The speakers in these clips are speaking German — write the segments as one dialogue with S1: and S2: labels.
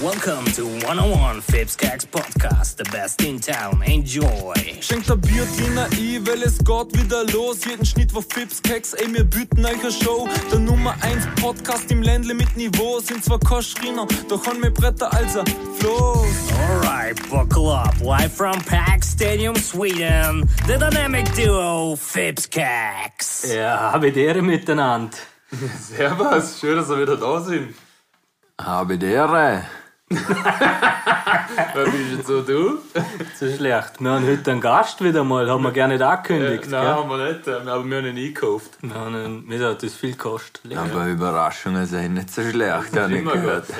S1: Welcome to 101 Fips Gags Podcast, the best in town. Enjoy!
S2: Schenkt ein Bier, Tina I, weil es geht wieder los. Jeden Schnitt war Fips, Keks, ey, wir bieten euch eine Show. Der Nummer 1 Podcast im Ländle mit Niveau. Sind zwar keine Schreiner, doch haben wir Bretter als ein Floß.
S1: Alright, buckle up. Live from Pack Stadium, Sweden, the dynamic duo Fips Gags.
S3: Ja, habe die Ehre miteinander.
S4: Servus, schön, dass ihr wieder da sind.
S5: Habe die Ehre.
S4: Wer bist jetzt so du?
S3: So schlecht. Wir haben heute einen Gast wieder mal, haben wir gar nicht
S4: Äh,
S3: angekündigt.
S4: nein,
S3: gell?
S4: haben wir nicht, äh, aber wir haben ihn eingekauft. Oh
S3: Wir haben einen- mir hat das viel gekostet.
S5: Aber Überraschungen sind nicht so schlecht, habe ich
S4: Immer
S5: gehört.
S4: gut.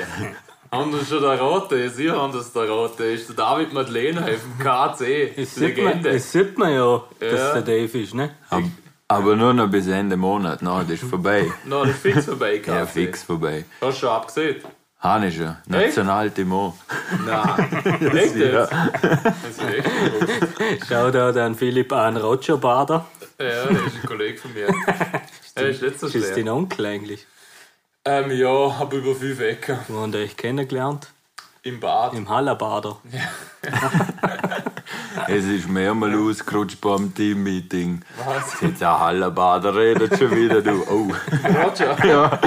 S4: Haben das schon erraten, Sie haben das erraten. Ist der David Madlener vom KC.
S3: Das sieht, man,
S4: Legende.
S3: das sieht man ja, dass
S4: Ja.
S3: der Dave ist, ne?
S5: Ab- Aber nur noch bis Ende Monat, na, das ist vorbei.
S4: Nein, das ist fix vorbei, KC.
S5: Ja, fix vorbei.
S4: Hast du schon abgesehen?
S5: Habe ich schon. Nationaltimo.
S4: Nein. Legt jetzt. Das ist echt gut.
S3: Schau da an Philipp an Roger Bader.
S4: Ja, der ist ein Kollege von mir. Er ist nicht so
S3: Das ist
S4: schlecht.
S3: dein Onkel eigentlich.
S4: Ähm, ja, hab über fünf Ecken.
S3: Wir haben euch kennengelernt.
S4: Im Bad.
S3: Im Hallerbader.
S5: Es ist mehrmals ausgerutscht beim Teammeeting.
S4: Was?
S5: Jetzt ein Hallerbader redet schon wieder, du. Oh,
S4: Roger. Ja.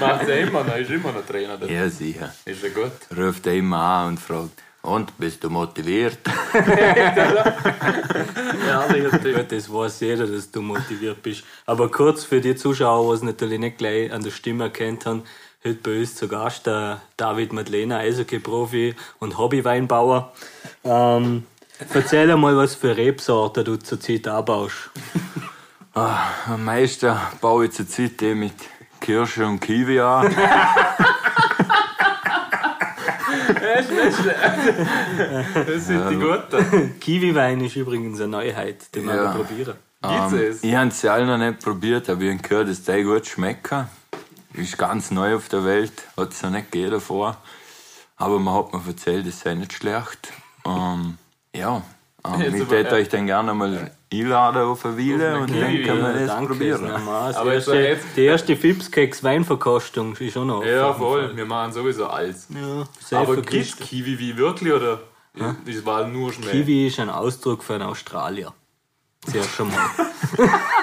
S4: Macht's ja immer noch, ist immer noch Trainer. Der.
S5: ja sicher.
S4: Ist ja gut.
S5: Ruft er immer an und fragt, und bist du motiviert?
S4: Herrlicher Typ.
S3: Gut, das weiß jeder, dass du motiviert bist. Aber kurz für die Zuschauer, die es natürlich nicht gleich an der Stimme erkannt haben, heute bei uns zu Gast der David Madlener, Eishockey-Profi und Hobby-Weinbauer. Ähm, erzähl einmal, was für Rebsorten du zurzeit anbaust.
S5: Am meisten baue ich zurzeit den mit Kirsche und Kiwi an.
S4: Das sind die Guten.
S3: Kiwi-Wein ist übrigens eine Neuheit, den wir
S5: Ja.
S3: ja. probieren.
S4: Gibt's es?
S5: Ich habe sie alle noch nicht probiert, aber ich habe gehört, dass die gut schmecken. Ist ganz neu auf der Welt, hat es noch nicht gegeben davor. Aber man hat mir erzählt, es sei nicht schlecht. Ähm, ja,
S4: Jetzt
S5: ähm, ich
S4: aber-
S5: hätte euch dann gerne mal einladen auf eine Weile und dann
S3: Kiwi,
S5: können wir
S3: ja,
S5: das
S3: danke, das
S5: probieren.
S3: nehmen wir an. Das
S4: Aber jetzt-
S3: erste,
S4: jetzt-
S3: die erste Fipskeks-Weinverkostung ist schon noch.
S4: Ja,
S3: offen.
S4: voll. Wir machen sowieso alles.
S3: Ja, sehr
S4: Aber
S3: verkostet.
S4: gibt's Kiwi wie wirklich oder? Das war nur Schmäh.
S3: Kiwi ist ein Ausdruck für einen Australier. Zuerst schon mal.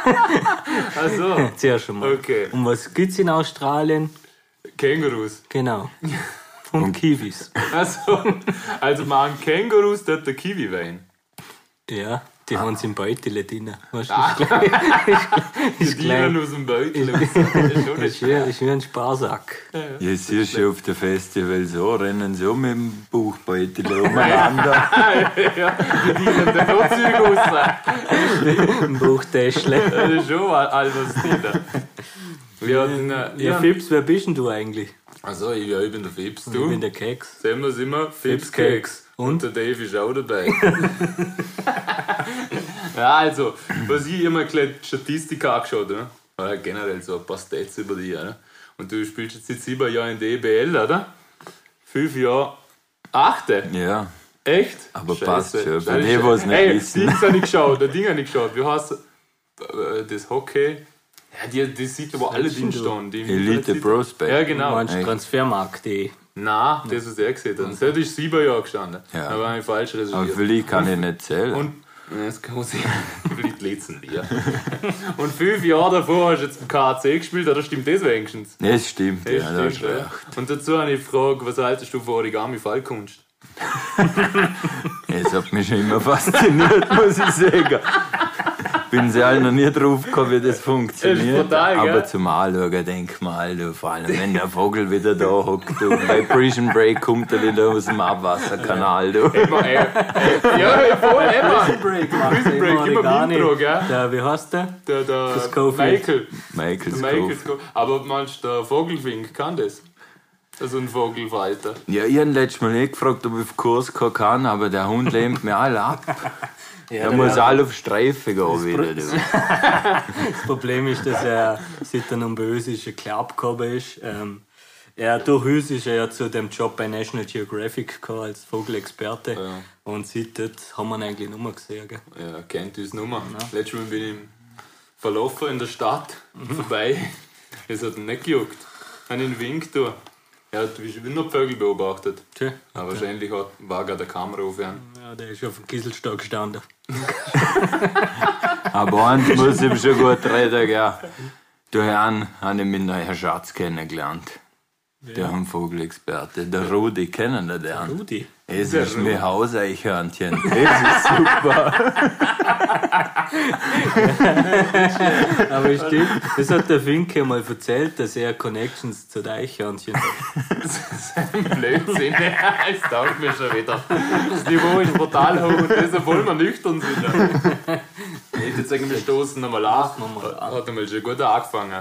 S4: Ach so.
S3: Zuerst schon mal.
S4: Okay.
S3: Und was gibt's in Australien?
S4: Kängurus.
S3: Genau. Und Kiwis.
S4: Ach so. Also machen Kängurus dort der Kiwi-Wein.
S3: Ja, die haben sie im Beutel drin. Weißt du, ah.
S4: Die Tieren aus dem Beutel. Das ist schon
S3: ist,
S4: nicht
S3: wie, ist wie ein Sparsack.
S5: Jetzt siehst du auf dem Festival so, rennen um so mit dem Bauchbeutel umeinander.
S4: der Notzirkus sein.
S3: Ein Buchtäschle.
S4: Das ist schon mal alles drin. Wir hatten. Äh,
S3: Ja,
S4: ja,
S3: Fips, wer bist denn du eigentlich?
S4: also, ich, ja, ich bin der Fips,
S3: Ich
S4: du.
S3: bin der Keks.
S4: Sehen wir immer,
S3: Keks.
S4: Fips Keks. Und der Dave ist auch dabei. ja, also, was ich immer gleich die Statistik angeschaut ne? Oder generell so ein paar Stats über dich. Ne? Und du spielst jetzt seit sieben Jahren in der EBL, oder? Fünf Jahre. Achte?
S5: ja,
S4: Echt?
S5: Aber
S4: Scheiße.
S5: passt schon. Für
S4: Scheiße.
S5: die, die es nicht
S4: Ey,
S5: wissen.
S4: Dings habe ich geschaut, der Ding habe ich geschaut. Wie heißt äh, das Hockey? Ja, die, die sieht aber alle
S3: ist schon
S4: drin stehen. die im
S5: Elite
S4: Internet sieht-
S5: Prospect.
S4: Ja, genau.
S3: Meinst du Transfermarkt? eh?
S4: Na, das ist er gesehen. Dann hätte ich sieben Jahre gestanden.
S5: Ja.
S4: Da war ich falsch
S5: Aber
S4: reserviert.
S5: vielleicht kann ich nicht zählen.
S4: genau. Und Ja, das kann man sehen. Vielleicht letzten wir. Und fünf Jahre davor hast du jetzt im KC gespielt, oder stimmt das wenigstens?
S5: das stimmt,
S4: Das
S5: ja, das ist
S4: stimmt, ja.
S5: recht.
S4: Und dazu habe ich die Frage, was haltest du von Origami Fallkunst?
S5: Es hat mich schon immer fasziniert, muss ich sagen. Bin sie alle noch nie drauf gekommen, wie das funktioniert.
S4: Ist brutal, gell?
S5: Aber zum Anschauen denkt man halt, du, vor allem wenn der Vogel wieder da hockt. Du, bei Prison Break kommt er wieder aus dem Abwasserkanal. Du.
S4: Emma, ey, ey, ja, voll Emma!
S3: Break,
S4: Prison
S3: eh
S4: Break, immer im Intro, gell?
S3: Der, wie heißt der?
S4: Der, der
S3: Das Cofield.
S4: Michael.
S5: Michael
S4: Michael
S5: Scofield.
S4: Sco- Aber meinst du, der Vogelfink kann das? Also ein Vogelfalter.
S5: Ja, ich habe letztes Mal eh gefragt, ob ich auf Kurs gehen kann, aber der Hund lehnt mich alle ab. Er muss alle auf Streife gehen wieder. Du.
S3: Das Problem ist, dass er, seit er nun bei uns ist, ein Klapkörper ist. Ähm, er, durch uns ist er ja zu dem Job bei National Geographic gekommen, als Vogelexperte. Und seit dort haben wir ihn eigentlich nicht mehr gesehen. Gell?
S4: Ja, kennt uns Nummer. Letztes Mal bin ich im Mhm. verlaufen in der Stadt vorbei. Es hat ihn nicht gejuckt. An den Wink da. Er hat wie schon nur Vögel beobachtet.
S3: Tja,
S4: Aber wahrscheinlich hat, war gerade der Kamera aufhören.
S3: ja, der ist auf dem Kieselstein gestanden.
S5: Aber eins muss ihm schon gut reden, gell. Du Herrn, habe ich meinen neuen Schatz kennengelernt. Der haben Vogelexperte, der Rudi, kennen wir den?
S3: Rudi.
S5: Es ist mir Hauseichhörnchen. Es ist
S3: Aber stimmt, das hat der Finke mal erzählt, dass er Connections zu Deichhörnchen hat.
S4: Blödsinn, es taugt mir schon wieder. Das Niveau ist brutal hoch und das, obwohl wir nüchtern sind. Ich hätte jetzt sagen, wir stoßen nochmal an.
S3: Machen wir mal an.
S4: Hat einmal schon gut angefangen.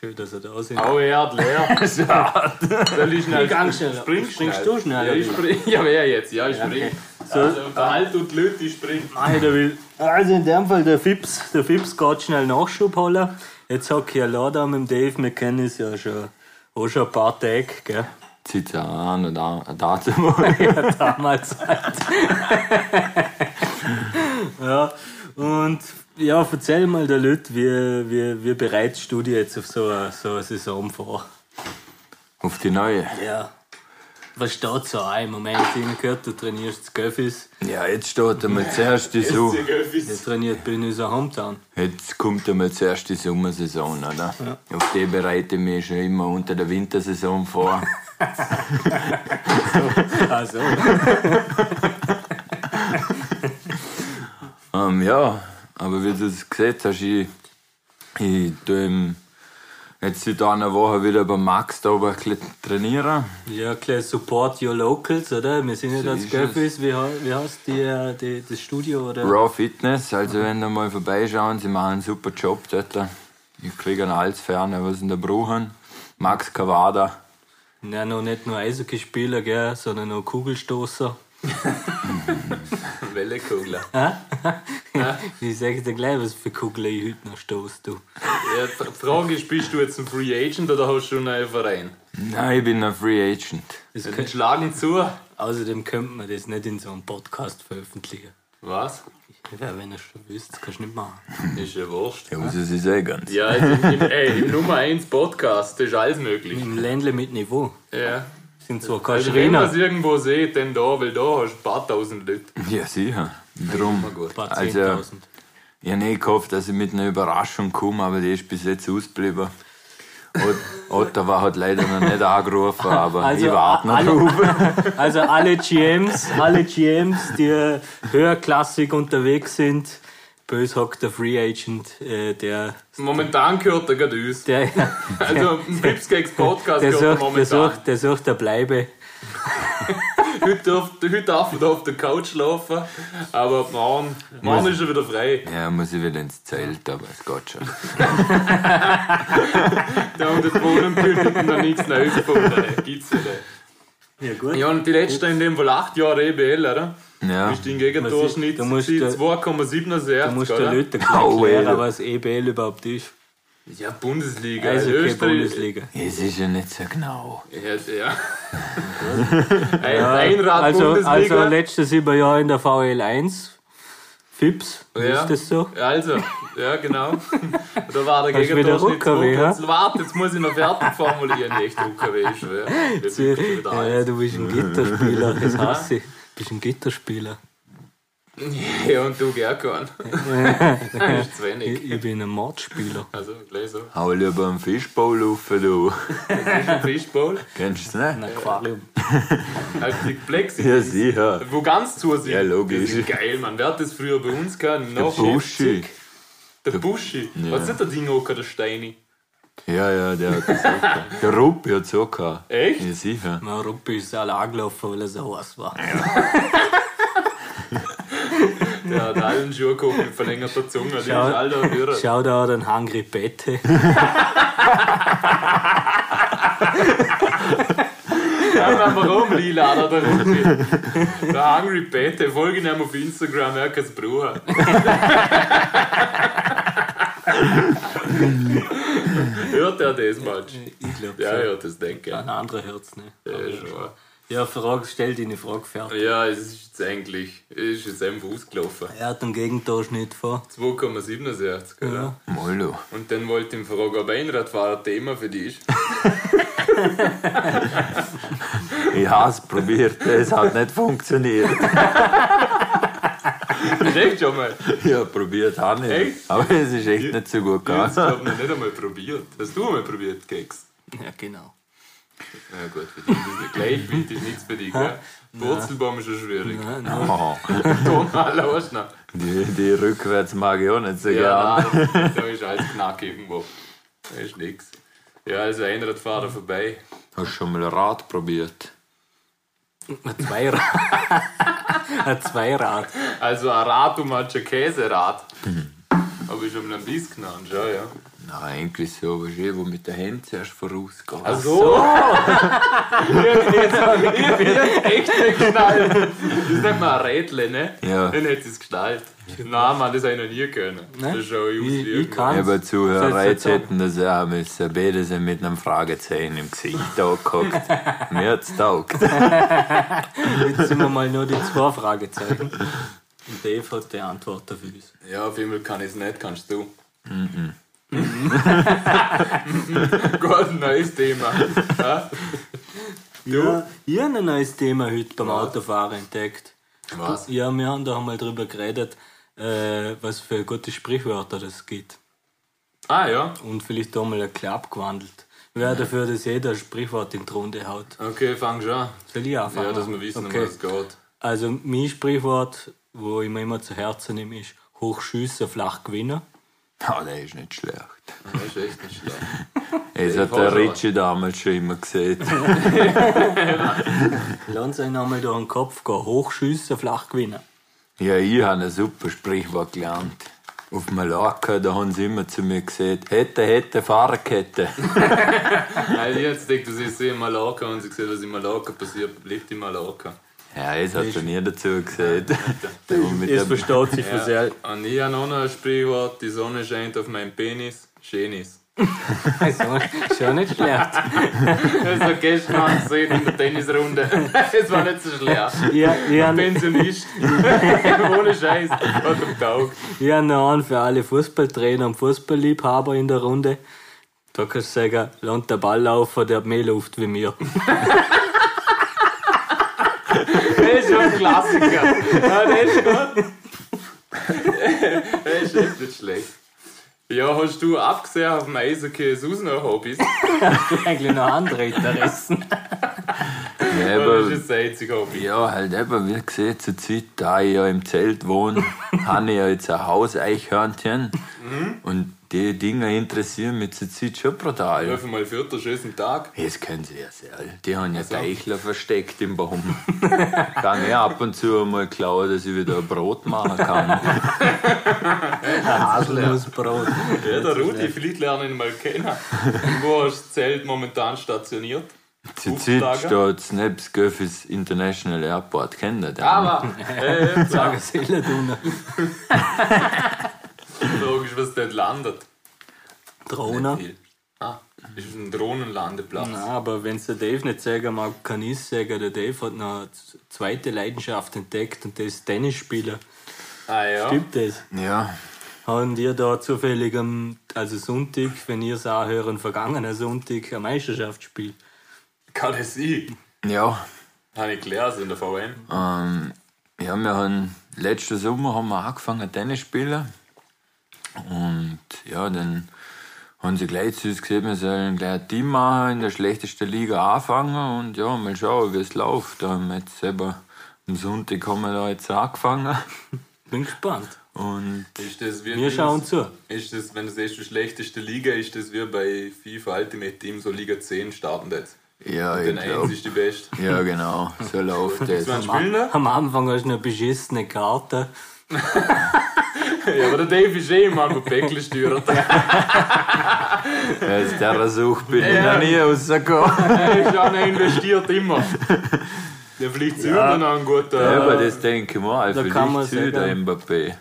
S3: Schön, dass er da ist.
S4: Au, er hat leer. Soll ich schnell
S3: Ganz schnell.
S4: Spring,
S3: Springst du schneller?
S4: Ja, ich spring. Ja, wer jetzt? Ja, ich spring. Also, Verhalt und Leute, ich spring.
S3: Nein, der will. Also in dem Fall, der Fips, der Fips geht schnell Nachschub holen. Jetzt hat ja leider mit dem Dave, wir kennen es ja schon, auch schon ein paar Tage, gell?
S5: zieht er an und an, und da zu machen.
S3: damals halt. ja, und ja, erzähl mal der Leute, wie, wie, wie bereitest du dich jetzt auf so eine, so eine Saison vor?
S5: Auf die neue.
S3: Ja. Was steht so auch im Moment? Ich hab gehört, du trainierst das Göffis,
S5: Ja, jetzt steht einmal zuerst die Summe.
S3: der trainiert bei uns am Hometown.
S5: Jetzt kommt einmal zuerst die Sommersaison, oder? Auf die bereite ich mich schon immer unter der Wintersaison vor.
S3: Also,
S5: Ähm, ja, aber wie du es gesagt hast, ich, ich tue im, jetzt seit einer Woche wieder beim Max da oben ein bisschen trainieren.
S3: ja, klar, support your locals, oder? Wir sind ja das
S5: ist
S3: Göffis, wie, hei- wie heißt die, äh, die, das Studio, oder?
S5: Raw Fitness, also wenn da mal vorbeischauen, sie machen einen super Job dort. Ich kriege einen Hals ferner, was in der Bruchen. Max Cavada.
S3: Nein, noch nicht nur Eishockeyspieler, gell, sondern auch Kugelstoßer.
S4: Wellekugler.
S3: Ich sag dir gleich, was für Kugeln ich heute noch stoß, du.
S4: Ja, die Frage ist, bist du jetzt ein Free Agent oder hast du schon einen Verein?
S5: Nein, ich bin ein Free Agent.
S3: Das
S4: Ja,
S3: kö-
S4: Die schlagen zu.
S3: Außerdem könnte man das nicht in so einem Podcast veröffentlichen.
S4: Was?
S3: Ja, wenn ihr schon wisst, das kannst du nicht machen.
S4: Ist ja wurscht.
S5: Ja, muss ich sagen. Ja.
S4: Ja, jetzt im, im, ey, im Nummer 1 Podcast das ist alles möglich.
S3: Im Ländle mit Niveau
S4: Ja.
S3: sind so
S4: Also, wenn
S3: Kaschriner.
S4: man es irgendwo sieht, dann da, weil da hast du ein paar tausend Leute.
S5: ja, sicher. Drum.
S3: Ein paar
S5: Also-
S3: 10.000.
S5: Ich habe nicht gehofft, dass ich mit einer Überraschung komme, aber die ist bis jetzt ausgeblieben. Ot- Ottawa hat leider noch nicht angerufen, aber
S3: Also,
S5: ich warte noch
S3: alle-
S5: drauf.
S3: Also alle GMs, alle GMs, die höherklassig unterwegs sind, bös hockt der Free Agent, äh, der,
S4: Momentan gehört er gerade uns.
S3: der,
S4: Also, ein Pipscakes Podcast
S3: der,
S4: gehört er
S3: sucht, der,
S4: momentan.
S3: sucht, der sucht eine Bleibe.
S4: Heute darf, heute darf er da auf der Couch schlafen, aber morgen, morgen ist er wieder frei.
S5: Ja, muss ich wieder ins Zelt, aber es geht schon.
S4: Da und das Wohnen bildet noch nichts Neues gefunden. Gibt's wieder.
S3: Ja gut.
S4: Ja, und die letzte in dem Fall 8 Jahre EBL, oder?
S5: Ja,
S4: Ist den Gegendurchschnitt
S3: Du musst-
S4: 2,67,
S3: Du musst
S4: oder?
S3: der Leute
S5: Oh,
S3: erklären,
S5: Alter.
S3: was EBL überhaupt ist.
S4: Ja, Bundesliga.
S3: Also keine
S4: Österreich-
S3: Bundesliga.
S5: es ist ja nicht so genau.
S4: Ja, ja. Ein, Einrad
S3: also,
S4: Bundesliga.
S3: also letztes sieben Jahre in der VL1. Fips,
S4: ja.
S3: ist das so?
S4: Also, ja, genau. Da war der
S3: Hast wieder
S4: Gegendurchschnitt.
S3: UKW, ja?
S4: 2,8. Warte, jetzt muss ich noch fertig formulieren. Echt, UKW ist schwer. Jetzt bin ich wieder
S3: Ja, ja,
S4: alt.
S3: du bist ein Gitterspieler, das hasse ich. Du bist ein Gitterspieler.
S4: Ja, und du, Gerkan. Das ist zu wenig.
S3: Ich, ich bin ein Mordspieler.
S4: Also, gleich so.
S5: Hau lieber einen Fischbowl rauf, du.
S4: Fischbowl.
S5: Kennst du es
S3: Ein
S5: nicht?
S3: Aquarium.
S4: Also, die Plexi.
S5: Ja, sicher.
S4: Wo ganz zu sind.
S5: Ja, logisch.
S4: Das ist geil, man. Wer hat das früher bei uns gehabt? Im Nachschiff?
S5: Buschi.
S4: Der Buschi.
S5: Ja.
S4: Was ist der Ding auch der Steini?
S5: Ja, ja, der hat das auch gehabt. Der Ruppi hat es auch gehabt.
S4: Echt?
S5: Ja, sicher.
S3: Mein Ruppi ist alle angelaufen, weil er so heiß war.
S4: Der hat allen Schurkopf mit verlängerter Zunge. Der ist
S3: Schau.
S4: alter Hörer.
S3: Schau da den Hungry Bette.
S4: Schau mal, warum lila da der Rudi. Der Hungry Pete. Folge ihn ihm auf Instagram. Er kann es brauchen. Hört er das Match?
S3: Ich glaube,
S4: Ja, ja, das denke
S3: ein
S4: ich.
S3: anderer hört es nicht.
S4: Ja, ist wahr.
S3: Ja, Frage, stell dir eine Frage fertig.
S4: Äh, Ja, es ist jetzt eigentlich, es ist jetzt einfach ausgelaufen.
S3: Er hat einen Gegendurchschnitt vor.
S4: 2,67, oder?
S5: Mal, du.
S4: Und dann wollte ich ihn fragen, ob Einradfahrer Thema für dich ist.
S5: Ich habe es probiert, es hat nicht funktioniert.
S4: Das ist echt schon mal.
S5: Ja, probiert auch nicht.
S4: Echt?
S5: Aber es ist echt nicht so gut
S4: Ich
S5: gegangen.
S4: habe es, glaube ich, noch nicht einmal probiert. Hast du einmal probiert, Keks?
S3: Ja, genau.
S4: Ja gut, für dich ist nicht gleich wild, ist nichts für dich. Gell? Wurzelbaum ist schon schwierig.
S5: Oh,
S4: Tomaler Arschner.
S5: die, die rückwärts mag ich auch nicht so gern.
S4: Ja, nein, da ist alles knack irgendwo. Da ist nichts. Ja, also Einradfahrer vorbei.
S5: Hast du schon mal ein Rad probiert?
S3: Ein Zweirad. Ein Zweirad.
S4: Also ein Rad um ein Käserad. Habe ich schon mal ein bisschen genannt, ja, ja.
S5: Nein, eigentlich so, aber schön, wo mit der Hand zuerst vorausgeht.
S4: Ach Also so! ich bin jetzt echt nicht geschnallt. Das ist nicht mal ein Rädle, ne?
S5: Ja.
S4: Dann hätte ich es geschnallt. Nein, Mann, das habe ich noch nie können. Das ist schon
S3: Ich, ich
S4: ausliegend.
S3: kann
S5: Ja, aber Zuhörer,
S3: Soll's
S5: jetzt
S3: sagen?
S5: hätten das auch müssen. Beide sind mit einem Fragezeichen im Gesicht angeguckt. Mir hat's taugt.
S3: Jetzt sind wir mal nur die zwei Fragezeichen. Und Dave hat die Antwort dafür.
S4: Ja, auf jeden Fall kann ich es nicht, kannst du. Gut, neues Thema. Ja?
S3: Ja, ich habe ein neues Thema heute beim Autofahren entdeckt.
S4: Was?
S3: Ja, wir haben da einmal drüber geredet, äh, was für gute Sprichwörter das gibt.
S4: Ah ja,
S3: Und vielleicht da mal ein bisschen abgewandelt. Wer dafür, dass jeder ein Sprichwort in die Runde haut.
S4: okay, fang schon an.
S3: Soll ich anfangen?
S4: Ja, dass wir wissen, um
S3: okay.
S4: was es geht.
S3: Also mein Sprichwort, wo ich mir immer zu Herzen nehme, ist Hochschüsse, flach gewinnen.
S5: Oh, der ist nicht schlecht.
S4: Das ist echt nicht schlecht.
S5: Das
S4: Ja, ich
S5: hat der
S4: hab schon
S5: Ritchie damals schon immer gesehen.
S3: Lass euch einmal durch den Kopf gehen. Hochschüsse, flach gewinnen.
S5: Ja, ich habe ein super Sprichwort gelernt. Auf Malakka, da haben sie immer zu mir gesagt, hätte, hätte, Fahrerkette.
S4: Nein, ich jetzt denkt, du siehst sie in Malaka und sie sehen, was in Malaka passiert. Bleibt in Malaka.
S5: Ja, das hat er nie dazu gesagt. Und mit
S3: Es
S5: dem-
S3: versteht sich von selbst.
S4: Und ich habe noch ein Sprichwort: Die Sonne scheint auf meinen Penis. Schön ist.
S3: Also, schon nicht schlecht.
S4: Das habe gestern mal gesehen in der Tennisrunde. Es war nicht so schlecht.
S3: Ja, ich habe
S4: Pensionist. Ohne Scheiß. Hat am Tag.
S3: hab noch einen für alle Fußballtrainer und Fußballliebhaber in der Runde. Da kannst du sagen, lernt der Ball laufen, der hat mehr Luft wie mir.
S4: Das ist schon ein Klassiker. Ja, das ist gut. Das ist echt nicht schlecht. Ja, hast du abgesehen auf dem Eishockey sonst noch Hobbys?
S3: Eigentlich noch andere Interessen.
S5: Ja,
S4: Das
S5: aber,
S4: ist das einzige Hobby.
S5: ja, halt eben, wie gesagt, zur Zeit, da ich ja im Zelt wohne, habe ich ja jetzt ein Hauseichhörnchen. Und die Dinger interessieren mich zur Zeit schon brutal.
S4: Ich mal vierter schönen Tag.
S5: Das können sie ja sehr. Die haben ja Teichler versteckt im Baum. kann ich ab und zu mal klauen, dass ich wieder ein Brot machen kann.
S3: Haselnussbrot.
S4: Ja, der Rudi, vielleicht lerne ich ihn mal kennen. Wo hast du das Zelt momentan stationiert?
S5: Zurzeit
S4: Auflager?
S5: steht Snaps Göffis International Airport. Kennt ihr den?
S4: Aber, äh, sag es
S3: Seele drunter.
S4: logisch, was dort landet.
S3: Drohner.
S4: Viel. Ah, ist es ein Drohnenlandeplatz.
S3: Nein, aber wenn es der Dave nicht sagen mag, kann ich sagen, der Dave hat noch eine z- zweite Leidenschaft entdeckt und das ist Tennisspieler.
S4: Ah ja.
S3: Stimmt das?
S5: Ja.
S3: Haben ihr da zufällig am, also Sonntag, wenn ihr es auch hören, vergangenen Sonntag ein Meisterschaftsspiel?
S4: Kann das sein?
S5: Ja.
S4: Habe ich gelernt in der VM.
S5: Ähm, ja, wir haben letzten Sommer haben wir angefangen Tennis spielen. Und ja, dann haben sie gleich zu uns gesagt, wir sollen gleich ein Team machen, in der schlechtesten Liga anfangen und ja, mal schauen, wie es läuft. Da haben wir jetzt selber am Sonntag haben wir da jetzt angefangen.
S3: Bin gespannt.
S5: Und
S4: Ist das wie
S3: Wir schauen zu.
S4: Ist das, wenn du sagst, die schlechteste Liga, ist das wie bei FIFA Ultimate Team, so Liga 10 starten jetzt.
S5: ja,
S4: Denn
S5: ich
S4: eins
S5: glaube.
S4: ist die beste.
S5: Ja, genau, so läuft das.
S4: Wann spielen wir?
S3: Am Anfang hast du eine beschissene Karte.
S4: Ja, aber der Dave ist eh immer am Päckchen steuert.
S5: Aus der Sucht bin ich noch nie rausgekommen.
S4: Er ist auch noch investiert, immer. Der fliegt zu ja. noch ein
S5: Ja,
S4: guter.
S5: aber das denke ich mal,
S3: Da kann man
S5: vielleicht zu der
S3: sagen-
S5: Mbappé.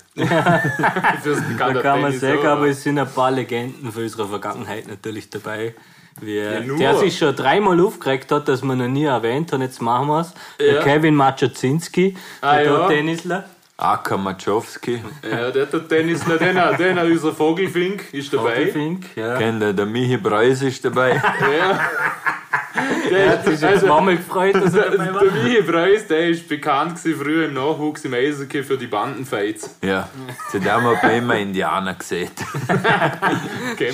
S4: fürs kann
S3: Da kann man sagen, aber es sind ein paar Legenden von unserer Vergangenheit natürlich dabei. Wie,
S4: nur.
S3: der sich schon dreimal aufgeregt hat, dass man noch nie erwähnt hat, jetzt machen wir es.
S4: Ja.
S3: Der Kevin Maczarzinski,
S4: Ah,
S3: der
S4: ja.
S3: Tennisler.
S5: Aka Machowski.
S4: Ja, der, der Dennis, na, den, den, unser Vogelfink, ist dabei.
S3: Vogelfink, ja.
S5: Kennt ihr, der Michi Breus ist dabei.
S4: Ja. Der ist,
S3: Also,
S4: also,
S3: war mich gefreut, dass er
S4: der,
S3: dabei war.
S4: der Michi Preus, der ist bekannt gewesen früher im Nachwuchs im Eishockey für die Bandenfights.
S5: Ja, zu dem hat man immer Indianer gesehen.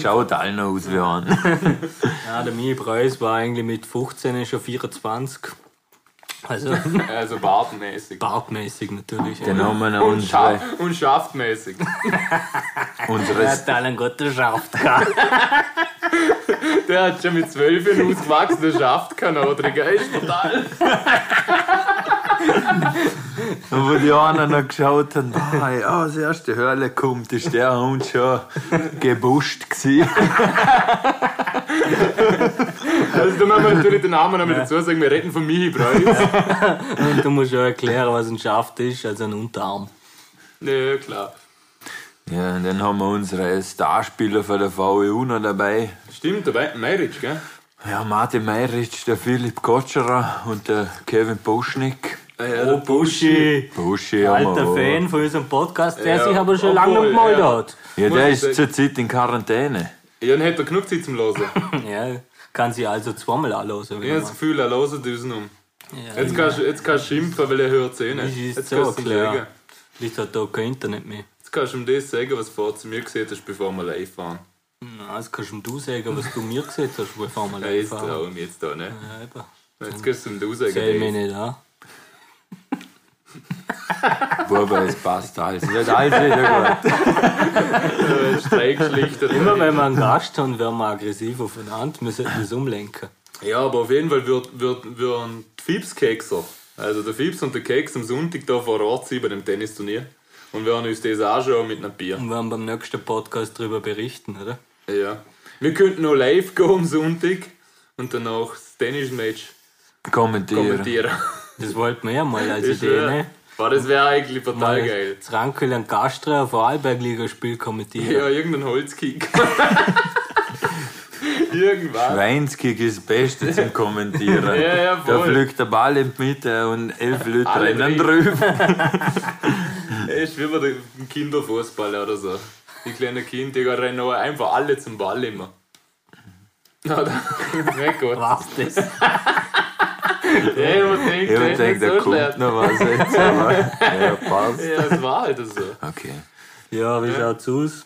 S5: Schaut allen aus wie an.
S3: Ja, der Mini Preis war eigentlich mit 15 schon 24. Also
S4: Also bartenmäßig.
S3: bartmäßig natürlich.
S5: Dann haben wir noch
S4: Und, scha
S5: unsere,
S4: und schaftmäßig.
S3: Er
S5: unsere
S3: hat einen guten Schaft
S4: Der hat schon mit 12 einen ausgewachsenen Schaft gehabt, der ist total.
S5: Und wo die anderen noch geschaut haben, ah, ja, als erste Hölle kommt, ist der Hund schon gebuscht gewesen.
S4: Also, da müssen wir natürlich den Namen nochmal dazu sagen, wir reden von Michi Preus.
S3: und du musst ja erklären, was ein Schaft ist, also ein Unterarm.
S4: Ja, klar.
S5: Ja, und dann haben wir unsere Starspieler von der VEU noch dabei.
S4: Stimmt, der Meiritsch, gell?
S5: Ja, Martin Meiritsch, der Philipp Kotscherer und der Kevin Buschnick.
S3: oh, Buschi!
S5: Buschi haben wir
S3: Alter
S5: auch.
S3: Fan von unserem Podcast, der
S4: Ja,
S3: sich aber schon lange
S4: obwohl,
S3: nicht gemalt
S4: ja.
S3: hat.
S5: Ja,
S4: Muss
S5: der
S4: ich
S5: ist
S4: sagen.
S5: zurzeit in Quarantäne.
S4: Ja, dann hätte er genug Zeit zum Losen.
S3: Ja, kann sie also zweimal anlösen.
S4: Ich
S3: wenn
S4: habe
S3: er
S4: das
S3: mag.
S4: Gefühl, er loset uns um.
S3: Ja,
S4: Jetzt kannst, jetzt kannst du schimpfen, weil er hört es eh
S3: das
S4: nicht.
S3: ist
S4: Jetzt
S3: so
S4: kannst, du ihm
S3: klar.
S4: sagen.
S3: Vielleicht hat da kein Internet mehr.
S4: jetzt kannst du ihm das sagen, was du vorher zu mir gesehen hast, bevor wir live waren.
S3: Nein, das kannst du ihm du sagen, was du mir gesagt hast, bevor wir
S4: Ja, jetzt
S3: live waren.
S4: trau ihm jetzt da, ne?
S3: Ja, eben.
S4: Jetzt kannst du ihm du sagen.
S3: Zähl mich
S4: das.
S3: nicht an.
S5: Wobei, es passt alles. Nicht alles wieder gut.
S4: Äh, Streikschlichter.
S3: Immer wenn wir einen Gast haben, werden wir aggressiv aufeinander. Wir sollten das umlenken.
S4: Ja, aber auf jeden Fall würd, würd, würden die Fibs-Kekser, also der Fibs und der Keks am Sonntag da vor Ort sein bei dem Tennisturnier. Und werden uns das anschauen mit einem Bier.
S3: Und werden beim nächsten Podcast darüber berichten, oder?
S4: Ja. Wir könnten noch live gehen am Sonntag und danach das Tennis-Match
S5: Kommentieren.
S4: kommentieren.
S3: Das wollten wir ja mal als
S4: Ich
S3: Idee,
S4: schwör.
S3: ne?
S4: Boah, das wäre eigentlich total geil.
S3: Das Rankel und Gastra Vorarlberg-Ligaspiel kommentieren.
S4: Ja, irgendein Holzkick. Irgendwas.
S5: Weinskick ist das Beste zum Kommentieren.
S4: Ja, ja,
S5: da
S4: voll.
S5: fliegt der Ball in die Mitte und elf Leute
S4: Alle
S5: rennen
S4: drei.
S5: drüber.
S4: Ey, Ist wie bei dem Kinderfußball oder so. Die kleinen Kinder, die rennen auch einfach alle zum Ball immer. Oder? Nicht gut.
S3: Was das?
S4: Ey, man denkt,
S5: Ich
S4: das
S5: hab
S4: ist
S5: gedacht,
S4: nicht
S5: da
S4: so
S5: kommt
S4: schlecht.
S5: noch was jetzt. Aber, ja, passt.
S4: Ja, das war halt so.
S5: Okay.
S3: Ja, wie schaut's aus?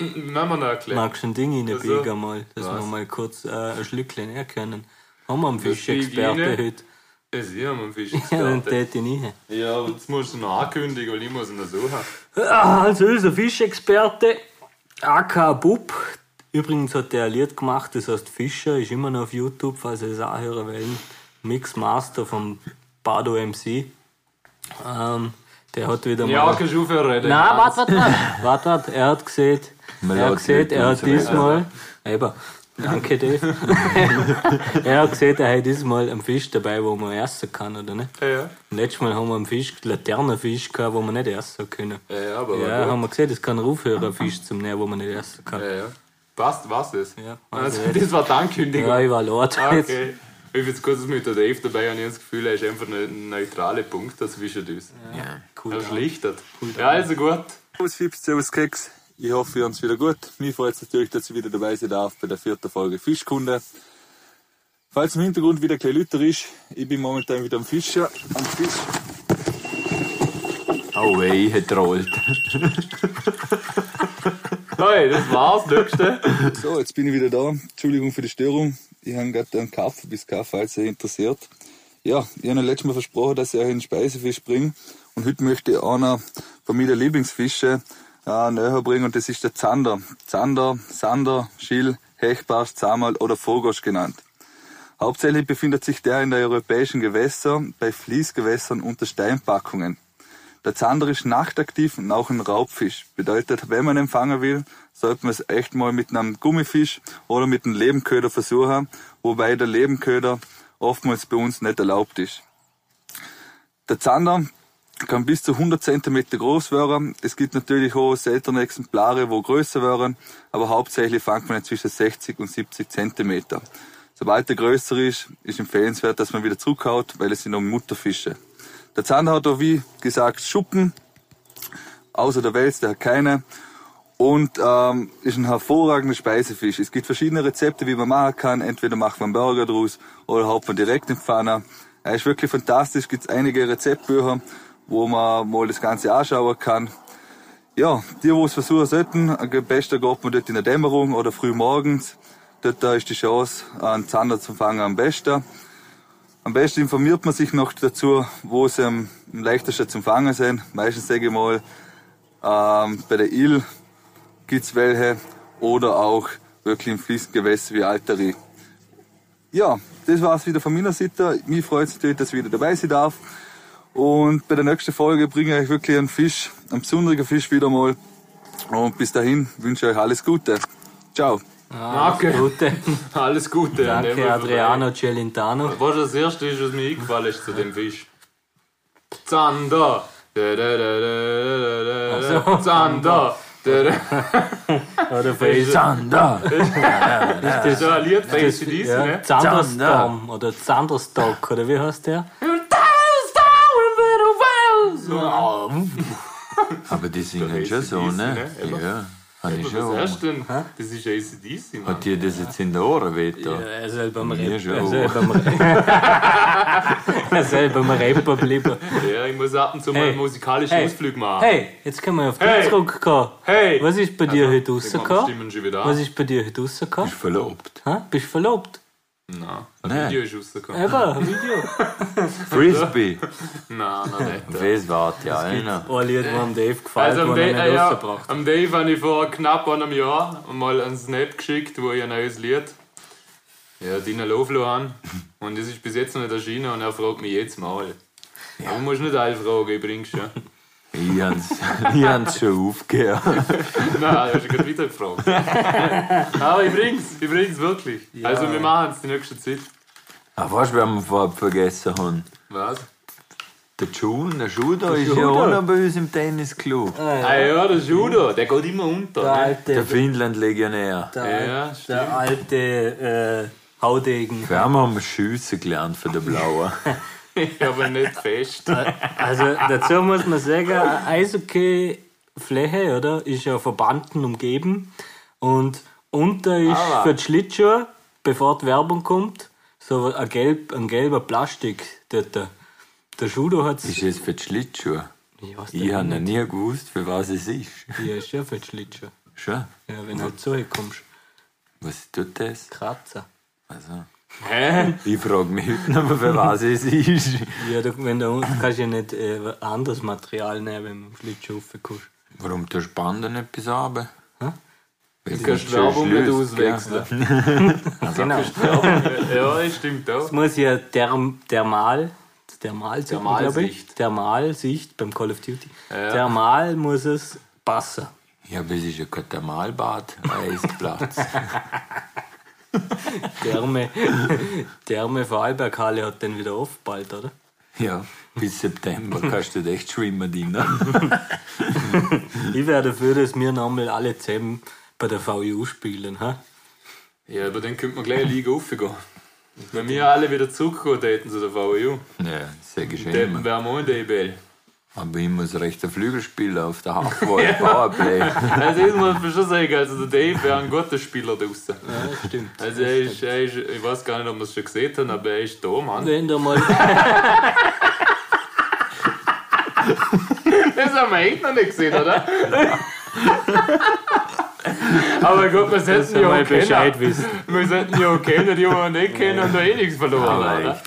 S4: Machen wir noch erklären.
S3: Magst du ein Ding
S4: Also,
S3: reinbiegen mal, dass wir mal kurz äh, ein Schlückchen erkennen? Haben wir einen Fischexperte
S4: biege ich
S3: heute?
S4: Das ist ja mein Fisch.
S3: Ja, dann tät ich nie.
S4: Ja, aber jetzt musst du noch ankündigen, weil ich muss ihn noch suchen.
S3: Also unser Fischexperte, AK Bub. Übrigens hat der ein Lied gemacht, das heißt Fischer, ist immer noch auf YouTube, falls ihr es auch hören wollt. Mixmaster vom Bardo MC. Ähm, der hat wieder mal.
S4: Ja, kannst du aufhören reden.
S3: Nein, warte, warte, warte. warte, warte. Er hat gesehen,
S5: Man
S3: er hat
S5: lässt
S3: gesehen,
S5: nicht
S3: er hat
S5: uns reden.
S3: diesmal. Eben. Danke, Dave. er hat gesehen, er hat diesmal einen Fisch dabei, wo man essen kann, oder nicht?
S4: Ja, ja.
S3: Letztes Mal haben wir einen Fisch, Laternenfisch gehabt, wo wir nicht essen können.
S4: Ja, ja, aber war
S3: Ja,
S4: gut. Äh.
S3: haben wir gesehen, das kann ein Rufhörerfisch zum Näher, wo man nicht essen kann.
S4: Ja, ja. Passt, was ist?
S3: Ja, also
S4: also,
S3: jetzt-
S4: das war die Ankündigung.
S3: Ja, ich war laut. Jetzt.
S4: Ah, Okay. Ich finde es gut, dass mit der Dave dabei und ich habe das Gefühl, er ist einfach ein neutraler Punkt dazwischen uns.
S3: Cool.
S4: Er schlichtet. Ja, also gut.
S6: Servus Fips, Servus Keks. Ich hoffe, ihr habt wieder gut. Mir freut es natürlich, dass ich wieder dabei sein darf bei der vierten Folge Fischkunde. Falls im Hintergrund wieder ein bisschen Lüter ist, ich bin momentan wieder am Fischer. Am Fisch.
S5: Oh, weh, ich trollt.
S4: Hey, das war's, nächste.
S6: So, jetzt bin ich wieder da. Entschuldigung für die Störung. Ich habe gerade einen Kaffee bis Kaffee, falls ihr interessiert. Ja, ich habe letztes Mal versprochen, dass ich euch einen Speisefisch bringe. Und heute möchte ich einer von meinen Lieblingsfische äh, näher bringen und das ist der Zander. Zander, Sander, Schill, Hechbarsch, Zamal oder Vogosch genannt. Hauptsächlich befindet sich der in den europäischen Gewässern, bei Fließgewässern unter Steinpackungen. Der Zander ist nachtaktiv und auch ein Raubfisch. Bedeutet, wenn man ihn fangen will, sollte man es echt mal mit einem Gummifisch oder mit einem Lebenköder versuchen, wobei der Lebenköder oftmals bei uns nicht erlaubt ist. Der Zander kann bis zu 100 cm groß werden. Es gibt natürlich auch seltene Exemplare, wo größer wären, aber hauptsächlich fängt man ihn zwischen 60 und 70 cm. Sobald er größer ist, ist empfehlenswert, dass man wieder zurückhaut, weil es sind noch Mutterfische. Der Zander hat auch, wie gesagt, Schuppen, außer der Wels, der hat keine. Und ähm, ist ein hervorragender Speisefisch. Es gibt verschiedene Rezepte, wie man machen kann. Entweder macht man Burger draus oder haut man direkt in die Pfanne. Er ist wirklich fantastisch. Gibt einige Rezeptbücher, wo man mal das Ganze anschauen kann. Ja, die, die es versuchen sollten, am besten geht man dort in der Dämmerung oder früh morgens. Dort äh, ist die Chance, einen Zander zu fangen, am besten. Am besten informiert man sich noch dazu, wo sie am leichtesten zum Fangen sind. Meistens sage ich mal, ähm, bei der Il gibt's welche oder auch wirklich im Fließgewässer wie Alteri. Ja, das war's wieder von meiner Seite. Mich freut's natürlich, dass ich wieder dabei sein darf. Und bei der nächsten Folge bringe ich euch wirklich einen Fisch, einen besonderen Fisch wieder mal. Und bis dahin wünsche ich euch alles Gute. Ciao.
S3: Ah,
S4: Danke.
S3: Gute.
S4: Alles Gute. an dem
S3: Danke,
S4: war vorbei.
S3: Adriano Celentano.
S4: Was das erste ist, was mir eingefallen ist zu dem Fisch? Zander. Da, da, da, da, da, da, da. Zander. Da, da.
S3: Oder vielleicht
S5: Zander!
S4: Das ist so ein Lied von ACDC,
S3: ja,
S4: ne?
S3: Zanderstorm oder Zanderstock oder wie heißt der?
S4: So,
S5: Aber die singen
S4: Der
S5: schon so,
S4: AC/DC,
S5: ne?
S4: ne? Eben.
S5: Ja, habe ich
S4: das
S5: schon.
S4: erste, das ist ACDC, Mann.
S5: Hat dir das jetzt in den Ohren weht?
S3: Ja,
S5: da?
S4: Äh,
S3: er ist halt beim
S5: Mir
S3: Rap-
S5: schon.
S3: er ist
S4: Also,
S3: halt beim Rap- er ist halt beim Rapper geblieben.
S4: Ja, ich muss ab und zu mal
S3: Hey.
S4: einen musikalischen
S3: Hey.
S4: Ausflug machen.
S3: Hey, jetzt können wir auf dich
S4: Hey.
S3: zurückkommen.
S4: Hey!
S3: Was ist bei dir heute
S4: Die ganzen
S3: rausgekommen?
S4: Stimmen schon wieder
S3: Was
S4: an.
S3: ist bei dir heute rausgekommen?
S5: Verlobt.
S3: Hä? Bist du verlobt?
S4: Nein,
S5: Nein.
S4: ein Video ist rausgekommen.
S3: Eben, ein Video.
S5: Frisbee.
S4: Nein, nein, nicht.
S5: Das wart ja einer.
S3: Oh, Lied, wo am Dave gefällt,
S4: Also
S3: also,
S4: am
S3: wo er
S4: Dave,
S3: nicht
S4: äh, ja,
S3: rausgebracht
S4: am Dave habe ich vor knapp einem Jahr mal einen Snap geschickt, wo ich ein neues Lied, ja, Dina Loflo an. Und das ist bis jetzt noch nicht erschienen und er fragt mich jetzt mal. Aber du musst nicht alle fragen, ich bring's schon.
S5: Ich hab's, ich hab's schon aufgehört.
S4: Nein, ich habe gerade wieder gefragt. Aber ich bring's, ich bring's wirklich. Also wir machen's die nächste Zeit.
S5: Aber Ah, weißt du, wer wir vorab vergessen haben?
S4: Was?
S5: Der June, der Schuder ist ja auch noch bei uns im Tennisclub.
S4: Ah ja, der Judo, der geht immer
S3: Der
S4: unter. Ne?
S5: Der
S3: alte,
S5: Finnland-Legionär.
S3: der,
S4: Ja,
S3: alte-
S4: stimmt.
S3: der alte äh, Haudegen.
S5: Wir haben am Schiessen gelernt von der Blauen.
S4: Aber nicht fest.
S3: Also dazu muss man sagen, eine Eishockey-Fläche oder, ist ja von Banden umgeben. Und unter ist
S4: Aber-
S3: für die Schlittschuhe, bevor die Werbung kommt, so ein, gelb, ein gelber Plastik dort. Der Schudo hat
S5: Ist jetzt für die Schlittschuhe.
S3: Ich weiß
S5: Ich
S3: nicht,
S5: habe noch nie gewusst, für was es ist.
S3: hier ist ja für die Schlittschuhe.
S5: Schon?
S3: Ja, wenn du halt zukommst,
S5: Was tut das?
S3: Kratzer.
S5: Also,
S4: Hä?
S5: ich frage mich heute noch, mal, für was es ist.
S3: Ja, du, wenn du du kannst ja nicht äh, anderes Material nehmen, wenn du im Schlittschuh raufkommst.
S5: Warum der Spanner nicht bis runter?
S4: Du kannst Werbung nicht auswechseln.
S3: Genau.
S4: Ja, das stimmt auch.
S3: Es muss ja Therm Thermal, Thermalsicht, glaube ich.
S4: Thermalsicht.
S3: Thermalsicht beim Call of Duty. Thermal muss es passen.
S5: Ja, aber es ist ja kein Thermalbad, ein Eisplatz.
S3: Therme, Therme Vorarlberghalle hat den wieder auf bald, oder?
S5: ja, bis September kannst du dort echt schwimmen, Dina.
S3: Ich wäre dafür, dass wir nochmal alle zusammen bei der VU spielen. Ha?
S4: Ja, aber dann könnte man gleich eine Liga aufgehen. Wenn wir alle wieder zurückkommen täten zu der VU,
S5: Ja, sehr geschehen.
S4: E dann wären wir auch in der EBL.
S5: Aber ich muss rechter Flügel spielen auf der Halfwall, Powerplay.
S4: Also das muss man schon sagen, also der Dave wäre ein guter Spieler draußen.
S3: Ja, stimmt.
S4: Also er ist, er ist, ich weiß gar nicht, ob wir es schon gesehen haben, aber er ist da, Mann.
S3: Wenn du mal.
S4: Das haben wir echt noch nicht gesehen, oder? aber gut, wir sollten ja auch kennen.
S3: wissen.
S4: Wir sollten ja auch kennen, die wir nicht kennen und da eh nichts verloren haben, oder?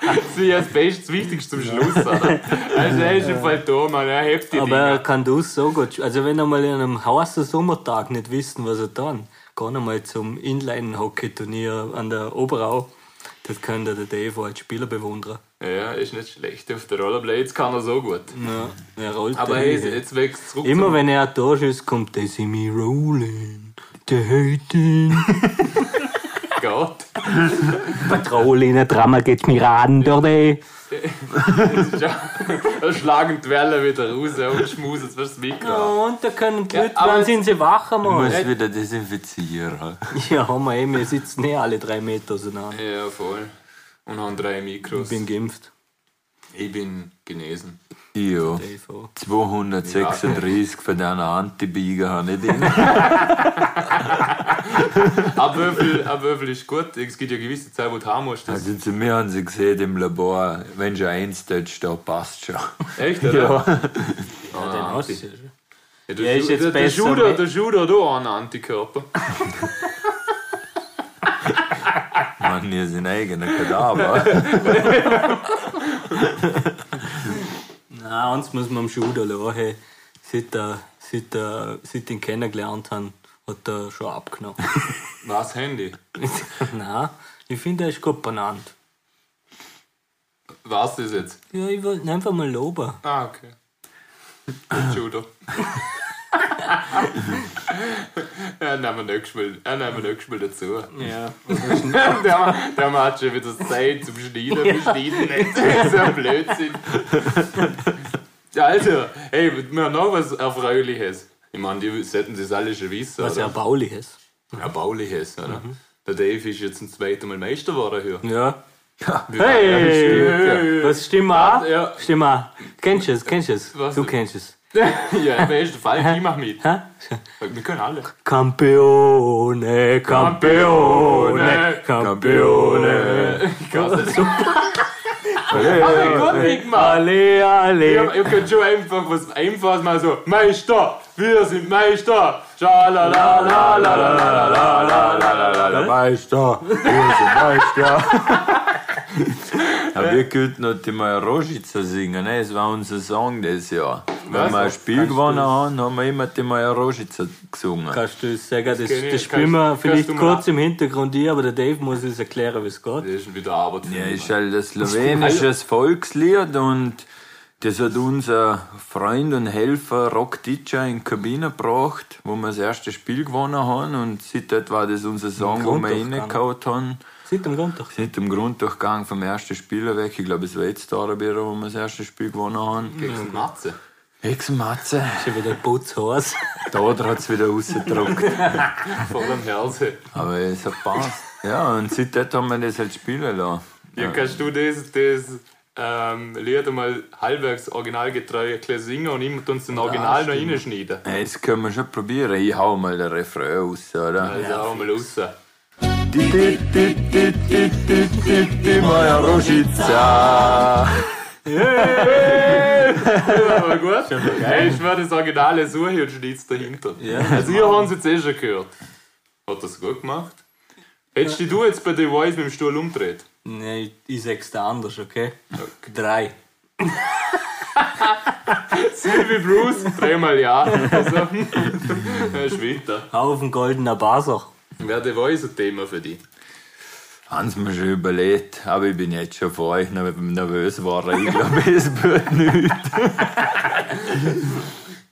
S4: Das ist ja das Beste, das Wichtigste zum Schluss, oder? Also er ist im Fall da, Mann, er hebt die
S3: Aber er
S4: Dinger.
S3: kann das so gut. sch- Also, wenn er mal an einem heißen Sommertag nicht wissen, was er tun, geh einmal zum Inline-Hockey-Turnier an der Oberau. Das könnte der Dave als Spieler bewundern.
S4: Ja, ist nicht schlecht. Auf der Rollerblades kann er so gut.
S3: Ja, er rollt
S4: Aber
S3: dahin.
S4: hey, jetzt wächst zurück.
S3: Mhm. Immer wenn er ein Tor schießt, kommt der Simi Rolling. Der Hating.
S4: zum Gott.
S3: Patrol in der Drama geht mir ran, der Dave.
S4: Da schlagen die Wellen wieder raus ja, und schmusen jetzt fürs Mikro.
S3: Und da können die Leute,
S4: aber
S3: wann
S4: es-
S3: sind sie wach
S5: Ich
S3: einmal?
S5: muss wieder desinfizieren.
S3: Ja, haben wir eh, wir sitzen eh alle drei Meter auseinander.
S4: Ja, voll. Und haben drei Mikros.
S3: Ich bin geimpft.
S4: Ich bin genesen.
S5: Ja. 236 von deiner Antibiege habe ich den.
S4: Ein Würfel, ein Würfel ist gut. Es gibt ja gewisse Zeit, wo du haben musst. Das
S5: Also zu mir haben sie gesehen im Labor, wenn schon eins tätst, da passt schon.
S4: echt, oder?
S3: Ja, den hast du ja schon.
S4: Ja, der,
S3: Ja, ist
S4: Ju-
S3: jetzt
S4: der, der,
S3: besser,
S4: Judo,
S3: ne?
S4: der Judo hat auch einen Antikörper.
S5: Mann, ihr sind eigene Kadaver.
S3: Nein, eins muss man am Schuder lassen. hey. Seit, der, seit, der, seit ich ihn kennengelernt haben, hat er schon abgenommen.
S4: Was Handy?
S3: Nein, ich finde, er ist gut benannt.
S4: Was ist jetzt?
S3: Ja, ich wollte ihn einfach mal loben.
S4: Ah, okay. Der Judo. ja, nehmen wir nächstes Mal, ja, nehmen wir nächstes Mal dazu.
S3: Ja.
S4: der, der hat schon wieder Zeit zum Schneiden, wir schneiden nicht. Das ist ein Blödsinn. Also, hey, wir haben noch was Erfreuliches. Ich meine, die sollten das alle schon wissen.
S3: Was
S4: oder?
S3: erbauliches.
S4: Erbauliches, oder? Der Dave ist jetzt zum zweiten Mal Meister geworden hier.
S3: Ja.
S4: Hey!
S3: Was stimmt auch?
S4: Ja.
S3: Stimmt auch. Kennst du es? Kennst du es?
S4: Was?
S3: Du kennst es.
S4: Ja, wer ist der Fall? Ich mach mit.
S3: Hä?
S4: Wir können alle.
S3: Campione, Campione,
S4: Campione,
S3: Campione.
S4: Ich kann es nicht. Gut mitgemacht!
S3: Alle,
S4: Ich
S3: alle.
S4: hab- ich könnt schon einfach was einfaches mal so Meister, wir sind Meister. Schalalalalalalala.
S5: Der Meister, wir sind Meister. Ja, wir könnten heute mal Rosica singen, ne? es war unser Song dieses Jahr. Wenn
S4: Was?
S5: wir ein Spiel gewonnen haben, haben wir immer die Meier Rosica gesungen.
S3: Kannst du es sagen? Das, das,
S4: kenn ich.
S3: spielen wir
S4: Kannst-
S3: vielleicht
S4: kannst du mal-
S3: kurz im Hintergrund hier, aber der Dave muss es erklären, wie es geht.
S4: Das ist schon wieder Arbeit.
S5: Ja, ist halt ein slowenisches Volkslied und das hat unser Freund und Helfer Rock Teacher in die Kabine gebracht, wo wir das erste Spiel gewonnen haben und seitdem war das unser Song, wo wir
S3: Grunddurchgang.
S5: reingehauen haben.
S3: Sieht am Grund doch.
S5: Seit dem Grunddurchgang vom ersten Spiel weg, ich glaube es war jetzt Arabier, wo wir das erste Spiel gewonnen haben.
S4: Gegen den Matze.
S5: Hexenmatze,
S3: Schon wieder Putzhaus.
S5: da hat es wieder rausgedruckt.
S4: Vor dem Herzen.
S5: Aber es hat passt. Ja, und seitdem haben wir das halt spielen lassen.
S4: Ja, kannst du das, das ähm, Lied einmal halbwegs originalgetreu erklären singen und immer uns den Original noch reinschneiden?
S5: Ja, Das können wir schon probieren. Ich hau mal den Refrain raus, oder?
S4: Also auch mal raus.
S5: Ti, ti, ti, ti, ti, ti, ti, ti, moja Różica.
S4: Aber gut, geil, ich werde das Originale suchen und schneid's dahinter. Also, ihr haben's jetzt eh schon gehört. Hat das gut gemacht? Hättest dich du jetzt bei The Voice mit dem Stuhl umgedreht?
S3: Nein, ich sag's da anders, okay? Drei.
S4: Silvi Bruce, dreimal ja. Also, er ist weiter.
S3: Auf den goldenen Basach.
S4: Wäre The Voice ein Thema für dich?
S5: Haben's mir schon überlegt, aber ich bin jetzt schon vor euch nerv- nervös war. Ich glaube, es wird nichts.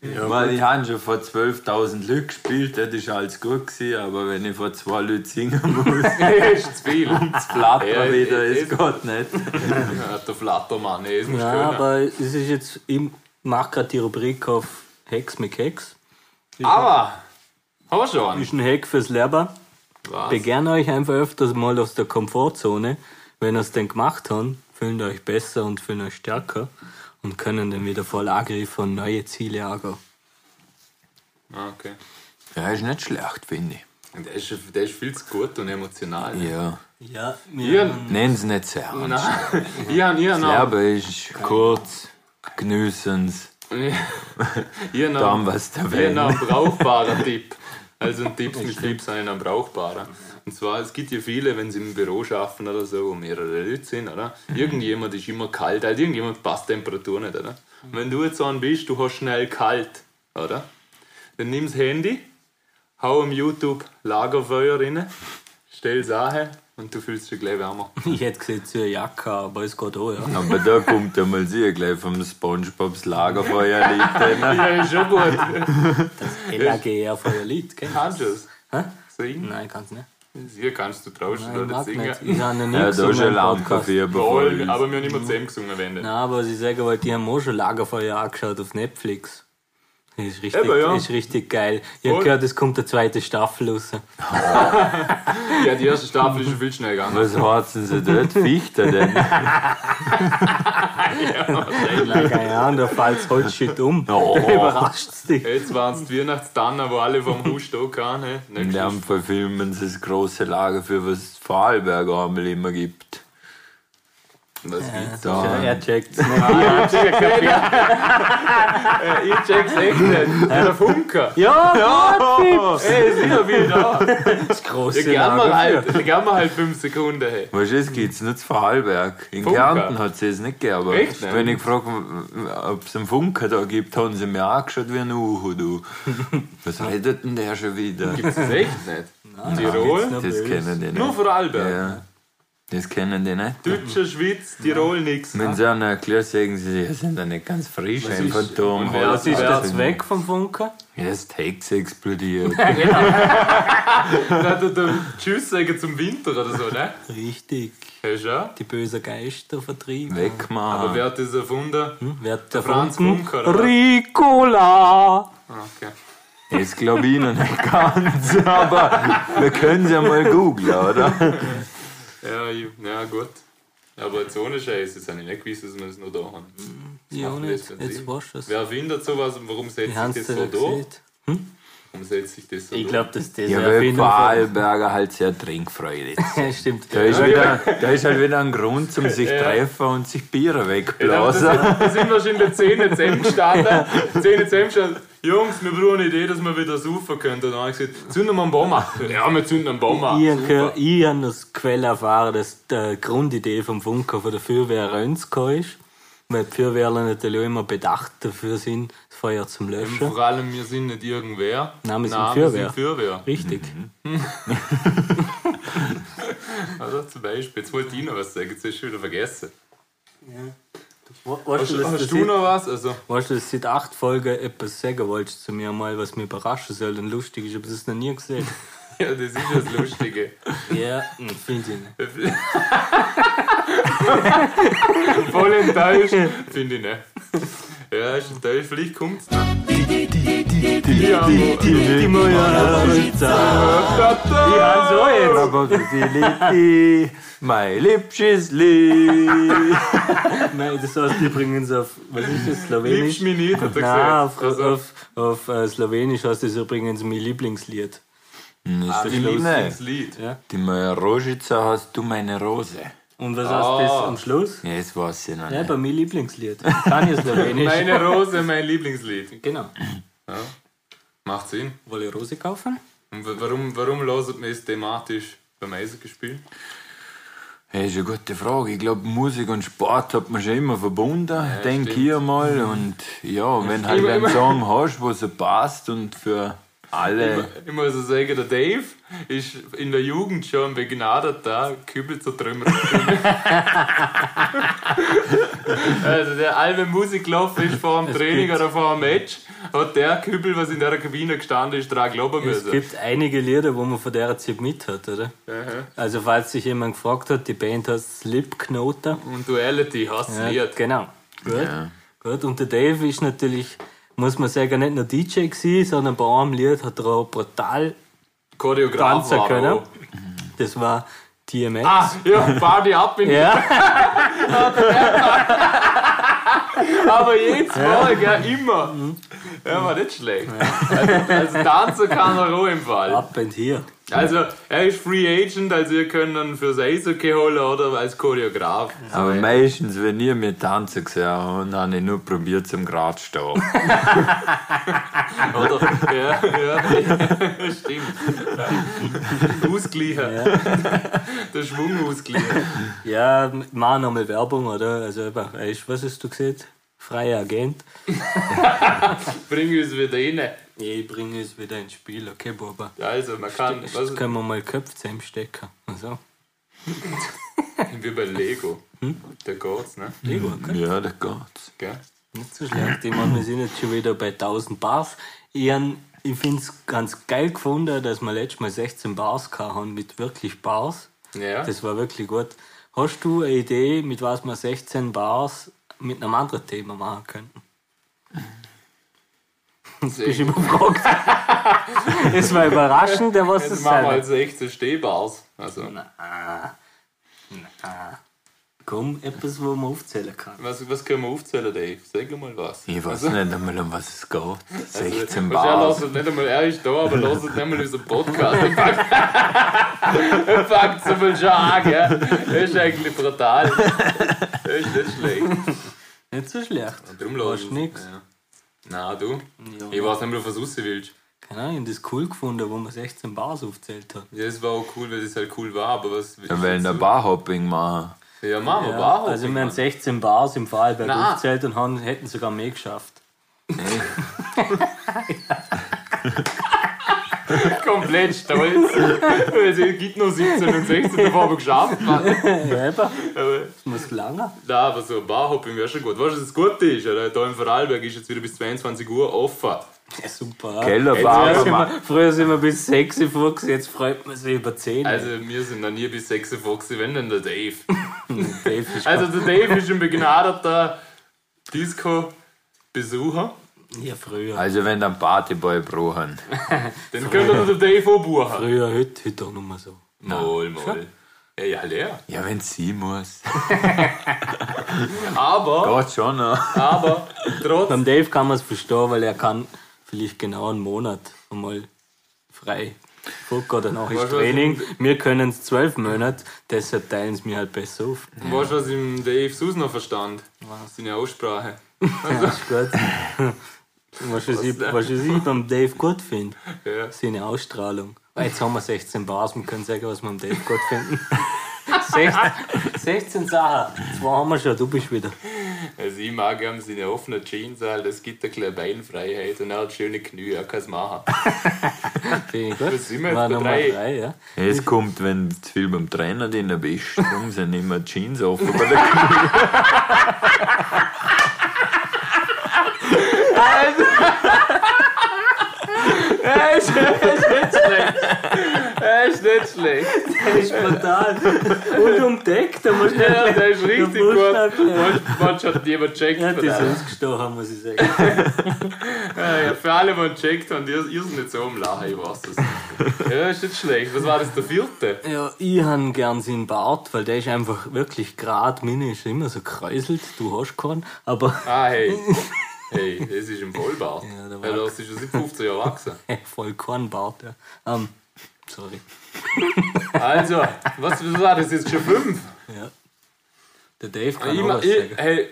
S5: Weil ich habe schon vor 12.000 Leuten gespielt, das ist alles gut gewesen, aber wenn ich vor zwei Leuten singen muss,
S4: Das ist zu viel.
S5: plappert
S4: Ja,
S5: man wieder,
S4: es-
S5: es geht nicht.
S4: Ja, der Flattermann, ey, ist mir
S3: Ja,
S4: schön.
S3: aber es ist jetzt, ich mache gerade die Rubrik auf Hex mit Hex.
S4: Aber, haben wir schon.
S3: Ist ein Hack fürs Lerber.
S4: Was?
S3: Begern euch einfach öfters mal aus der Komfortzone. Wenn ihr es denn gemacht habt, fühlt ihr euch besser und fühlt euch stärker und können dann wieder voll angreifen und neue Ziele angehen.
S4: Ah, okay.
S5: Ja, ist nicht schlecht, finde ich.
S4: Und Der ist, der ist viel zu gut und emotional. Ja. Genau.
S5: Ja,
S3: Ja,
S4: Ich
S3: wir
S4: habe
S5: nehmen's nicht sehr ernst.
S4: ich hab- ich hab noch,
S5: Aber ist kurz, genießen's,
S4: ich hab
S5: dann
S4: noch,
S5: was der
S4: ich hab
S5: Welt.
S4: noch einen brauchbaren Tipp. Also ein Tipps mit Tipps habe ich noch einen brauchbaren. Und zwar, es gibt ja viele, wenn sie im Büro arbeiten oder so, wo mehrere Leute sind, oder? Irgendjemand ist immer kalt, halt irgendjemand passt die Temperatur nicht, oder? Und wenn du jetzt so ein bist, du hast schnell kalt, oder? Dann nimm das Handy, hau im YouTube Lagerfeuer rein, stell Sache und du fühlst dich gleich wärmer.
S3: ich hätte gesagt, zur Jacke, aber es geht auch, ja.
S5: Aber da kommt einmal sie gleich vom Spongebobs Lagerfeuer liegt.
S4: Ja, ist schon gut.
S3: LAGR von Elite, gell?
S4: Kannst du es?
S3: Hä?
S4: Singen?
S3: Nein, kannst nicht.
S4: Hier kannst du draußen
S3: Nein, ich
S4: oder
S3: mag nicht.
S4: singen.
S3: Ich habe noch nie
S5: Ja, da
S3: gesungen
S5: ist
S3: im
S5: ein
S3: Podcast.
S5: Lammkaffee bevor
S4: Voll,
S5: ich.
S4: aber wir haben immer zusammen gesungen, wenn nicht.
S3: Nein, aber was ich sagen wollte, die haben auch schon Lagerfeuer angeschaut auf Netflix. Das ist richtig,
S4: Eben, ja.
S3: das ist richtig geil. Ich habe
S4: Voll.
S3: gehört, es kommt eine zweite Staffel raus.
S4: Ja, die erste Staffel ist schon viel schneller gegangen.
S5: Was heißen sie dort? Fichte denn?
S3: Keine Ahnung, da fällt das Holzschild um.
S5: Oh,
S3: Überrascht dich.
S4: Jetzt waren es die Weihnachtsdanner, wo alle vom Haus stehen kann. Hey.
S5: in dem Fall filmen sie das große Lager für was es Vorarlberger Amel immer gibt.
S4: Was gibt's?
S5: Da.
S3: Ja, er checkt's.
S4: Ich check's echt nicht. Der Funker.
S3: Ja, ja.
S4: Hey, ist wieder wieder da.
S3: das große
S4: Gern
S3: Lager.
S4: mal halt, gern mal halt 5 Sekunden. Hey.
S5: Weißt du, das gibt's nicht zu Vorarlberg. In
S4: Funker.
S5: Kärnten hat es das nicht gegeben.
S4: Echt nicht?
S5: Wenn ich gefragt ob es einen Funker da gibt, haben sie mir angeschaut wie ein Uhu, du. Was redet denn der schon wieder?
S4: Gibt's das echt nicht? Tirol?
S5: Das kennen die nicht.
S4: Nur für Alberg.
S5: ja. Das kennen die nicht.
S4: Deutscher Schweiz, Tirol nix.
S5: Wenn sie einer erklärt, sagen sie, sie sind ja nicht ganz frisch, ein Phantom.
S4: wer-
S5: Holz-
S3: Was ist
S4: Ja,
S3: das weg vom Funker?
S5: Ja, das Text explodiert.
S4: Dann hat er Tschüss sagen zum Winter oder so, ne?
S3: Richtig.
S4: Hast du auch?
S3: Die bösen Geister vertrieben.
S5: Weg,
S3: Genau.
S4: Aber
S5: Mann.
S4: wer hat das erfunden?
S3: Wer hat
S4: Franz
S3: erfunden?
S4: Funker, oder? Ah,
S3: Ricola.
S4: Okay.
S5: Das glaube ich noch nicht ganz, aber wir können sie ja mal googeln, oder?
S4: Ja, ich, ja, gut. Aber jetzt ohne Scheiß, jetzt habe ich nicht gewusst, dass wir es noch da haben.
S3: Ja,
S4: macht
S3: Hm, nicht.
S4: keinen
S3: Jetzt
S4: Sinn.
S3: warst du es.
S4: Wer findet sowas und warum setzt
S3: Wir haben
S4: sich
S3: es
S4: das so
S3: dir
S4: da?
S3: gesehen.
S4: Warum setzt sich das so
S3: Ich
S4: da?
S3: glaube, dass das
S5: Ja,
S3: eine
S5: weil
S3: Erfindung von-
S5: Vorarlberger halt sehr trinkfreudig ist.
S3: Ja, Stimmt.
S5: Da ist, wieder, da ist halt wieder ein Grund, zum sich treffen und sich Bier
S4: Ja, das,
S5: wegblasen.
S4: sind- das sind wahrscheinlich 10 jetzt M gestanden. 10 jetzt M gestanden. Jungs, wir brauchen eine Idee, dass wir wieder saufen können. Und dann habe ich gesagt, zünden wir einen Baum an. Ja, wir zünden einen Baum an.
S3: Ich habe ich hab als Quelle erfahren, dass die Grundidee vom Funker von der Feuerwehr Rönska ist. Weil die Feuerwehrler natürlich auch immer bedacht dafür sind, das Feuer zum Löschen.
S4: Vor allem, wir sind nicht irgendwer.
S3: Nein, wir sind Feuerwehr.
S4: Feuerwehr.
S3: Richtig.
S4: Mhm. Also zum Beispiel. Jetzt wollte ich noch was sagen, jetzt hast du schon wieder vergessen.
S3: Weißt
S4: Hast, hast du noch was? Also,
S3: Weißt du, dass du seit acht Folgen etwas sagen wolltest zu mir mal, was mich überraschen soll und lustig ist, aber das noch nie gesehen.
S4: ja, das ist das Lustige.
S3: ja, hm, finde ich nicht.
S4: Voll enttäuscht. Finde ich nicht. Ja, ist enttäuscht. Vielleicht kommt es noch. Ja, wo-
S3: Die Mauer
S5: so jetzt. Mein liebsches Lied.
S3: Nein, das heißt übrigens auf, was ist das,
S4: Liebst
S3: Slowenisch?
S4: du mich nicht, hat er
S3: Nein, auf,
S4: gesagt. Also,
S3: auf, auf äh, Slowenisch heißt das übrigens mein Lieblingslied.
S5: Nicht so
S4: ich
S5: schlimm.
S4: liebe das Lied.
S5: Die Maya Rosica hast du meine Rose.
S3: Und was
S4: Ah.
S3: heißt das am Schluss?
S5: Ja, das weiß ich noch
S3: Ja,
S5: nicht.
S3: bei mein Lieblingslied. Kann ich Slowenisch.
S4: Meine Rose, mein Lieblingslied.
S3: Genau.
S4: Macht Sinn.
S3: Wollt ihr Rose kaufen?
S4: Und wa- warum, warum loset man es thematisch beim Eishockey-Spiel?
S5: Hey, ist eine gute Frage. Ich glaube, Musik und Sport hat man schon immer verbunden, denke ich einmal. Und ja, wenn halt
S4: Immer-
S5: einen
S4: immer-
S5: Song hast, wo er passt und für alle.
S4: Ich muss also sagen, der Dave ist in der Jugend schon begnadet da, Kübel zu trümmern. also der halbe Musiklauf ist vor dem Training oder vor dem Match, hat der Kübel, was in der Kabine gestanden ist, dran glauben
S3: Es
S4: müssen.
S3: gibt einige Lieder, wo man von der Zeit mit hat, oder? Also, falls sich jemand gefragt hat, die Band heißt Slipknoten.
S4: Und Duality hast
S3: Ja,
S4: ja. Lied.
S3: Genau. Gut. Gut. Und der Dave ist natürlich, muss man sagen, nicht nur DJ gewesen, sondern bei einem Lied hat er auch brutal
S4: Choreograf
S3: tanzen
S4: war er
S3: können.
S4: auch.
S3: Das war DMX.
S4: Ah, ja, Party ab in
S3: Ja,
S4: Aber jedes Mal, gell, immer.
S3: Mhm.
S4: Ja, war nicht schlecht. Also, also tanzen kann er auch im Fall.
S3: ab und hier.
S4: Also, er ist Free Agent, also ihr könnt ihn fürs Eishockey holen oder als Choreograf.
S5: Aber meistens, wenn ihr mir tanzen gesehen habt, habe ich nur probiert zum Grad stehen.
S4: Oder, ja, ja, stimmt. Ausgleichen. Der Schwung ausgleichen.
S3: Ja, mach nochmal Werbung, oder? Also, eben, weißt, was hast du gesehen? Freier Agent.
S4: Bring uns wieder rein.
S3: Ja, ich bringe es wieder ins Spiel, okay, Boba.
S4: Also, man kann, was,
S3: Jetzt können wir mal Köpfe zusammenstecken. Also,
S4: wie bei Lego. Da geht's, ne?
S3: Lego,
S5: ja, das geht.
S4: Gell?
S3: Nicht so schlecht. Ich meine, wir sind jetzt schon wieder bei 1000 Bars. Ich, han- ich finde es ganz geil gefunden, dass wir letztes Mal 16 Bars gehabt haben mit wirklich Bars.
S4: Ja.
S3: Das war wirklich gut. Hast du eine Idee, mit was wir 16 Bars mit einem anderen Thema machen könnten? Bist überfragt. ist mal überraschend, der was
S4: Jetzt
S3: das
S4: machen wir
S3: sein.
S4: also echt so Stehbars. Also,
S3: Komm, etwas, wo man aufzählen kann.
S4: was, was können wir aufzählen, Dave? Sag mal was.
S5: Ich weiß nicht einmal, um was es geht. 16
S4: Wahrscheinlich
S5: Bars.
S4: lasst es nicht einmal ehrlich da, aber lasst es nicht mal unseren Podcast. Er fängt- Er fängt so viel schon an, gell? Das ist eigentlich brutal. Das ist nicht schlecht.
S3: Nicht so schlecht.
S4: Drum lass
S3: Hast nix?
S4: Ja. Nein, du? Ich weiß nicht mehr, auf was du raus willst.
S3: Keine Ahnung, ich hab das cool gefunden, wo man 16 Bars aufzählt hat.
S4: Ja, das war auch cool, weil das halt cool war, aber was willst
S5: Wir wollen
S4: du?
S5: ein Barhopping machen.
S4: Ja, machen wir
S3: Ja,
S4: Barhopping,
S3: also wir haben
S4: Mann.
S3: 16 Bars im Vorarlberg
S4: Na.
S3: aufgezählt und haben, hätten sogar mehr geschafft.
S4: komplett stolz. Es gibt noch 17 und 16, bevor wir geschafft haben.
S3: Ja, eben.
S4: Aber-
S3: Das muss lange.
S4: Nein, aber so ein Barhopping wäre schon gut. Weißt du, was das Gute ist? Oder? Da im Vorarlberg ist jetzt wieder bis 22 Uhr offen.
S3: Ja, super.
S5: Kellerbar.
S3: Früher sind, wir, früher sind wir bis 6 Uhr Fuchs, jetzt freut man sich über 10.
S4: Also, wir sind noch nie bis 6 Uhr Foxy, wenn denn der Dave.
S3: Dave ist
S4: Also, der Dave ist ein begnadeter Disco-Besucher.
S3: ja, früher.
S5: Also wenn dann Partyboy brauchen.
S4: Den könnt ihr den Dave auch buchen.
S3: Früher, heute, heute auch nur so.
S4: Moll, moll. Ja, ja, leer.
S5: Ja, wenn sie muss.
S4: Aber,
S5: Gott schon. ne?
S4: aber, trotz.
S3: Beim Dave kann man es verstehen, weil er kann vielleicht genau einen Monat einmal frei gucken. Danach ist
S4: Weißt du, was
S3: Training. Wir können es 12 Monate, deshalb teilen es mir halt besser auf.
S4: Weißt du, was im Dave Sus noch verstand? Seine Aussprache.
S3: Ist gut. Was ich, was ich beim Dave gut finde,
S4: Ja.
S3: seine Ausstrahlung. Weil jetzt haben wir 16 Bars, wir können sagen, was wir am Dave gut finden. 16, 16 Sachen. Zwei haben wir schon, du bist wieder.
S4: Also ich mag ihm seine offenen Jeans, halt. es gibt eine kleine Beinfreiheit und er hat schöne Knie, er kann es machen.
S3: Finde ich gut.
S4: Das sind wir jetzt
S3: War
S4: bei
S3: Nummer
S4: drei.
S3: drei, ja.
S5: Es kommt, wenn zu viel beim Trainer drin bist, drum sind immer Jeans offen. bei der
S4: Er ist nicht schlecht.
S3: Das ist brutal. Und um Deck, da musst du nicht
S4: Ja, der ist richtig
S3: musst
S4: gut.
S3: das lernen.
S4: Manch- Manch hat niemand checkt.
S3: Ja,
S4: von
S3: die sind
S4: daher.
S3: ausgestochen, muss ich sagen.
S4: Ja, ja, Für alle, die checkt haben, ihr ihr seid nicht so am Lachen, ich weiß es. Ja, ist nicht schlecht. Was war das, der vierte?
S3: Ja, ich han gern seinen Bart, weil der ist einfach wirklich grad. Mini ist immer so kräuselt. Du hast keinen, aber
S4: Ah, hey. Hey, das ist ein Vollbart. Ja,
S3: der
S4: der
S3: war-
S4: war... Das ist schon seit 15 Jahren wachsen.
S3: Äh, voll keinen Bart. Ja. Ähm, sorry.
S4: Also, was, was war das jetzt schon? Fünf?
S3: Der Dave kann
S4: Ich,
S3: auch
S4: ma-
S3: was
S4: ich,
S3: sagen.
S4: hey,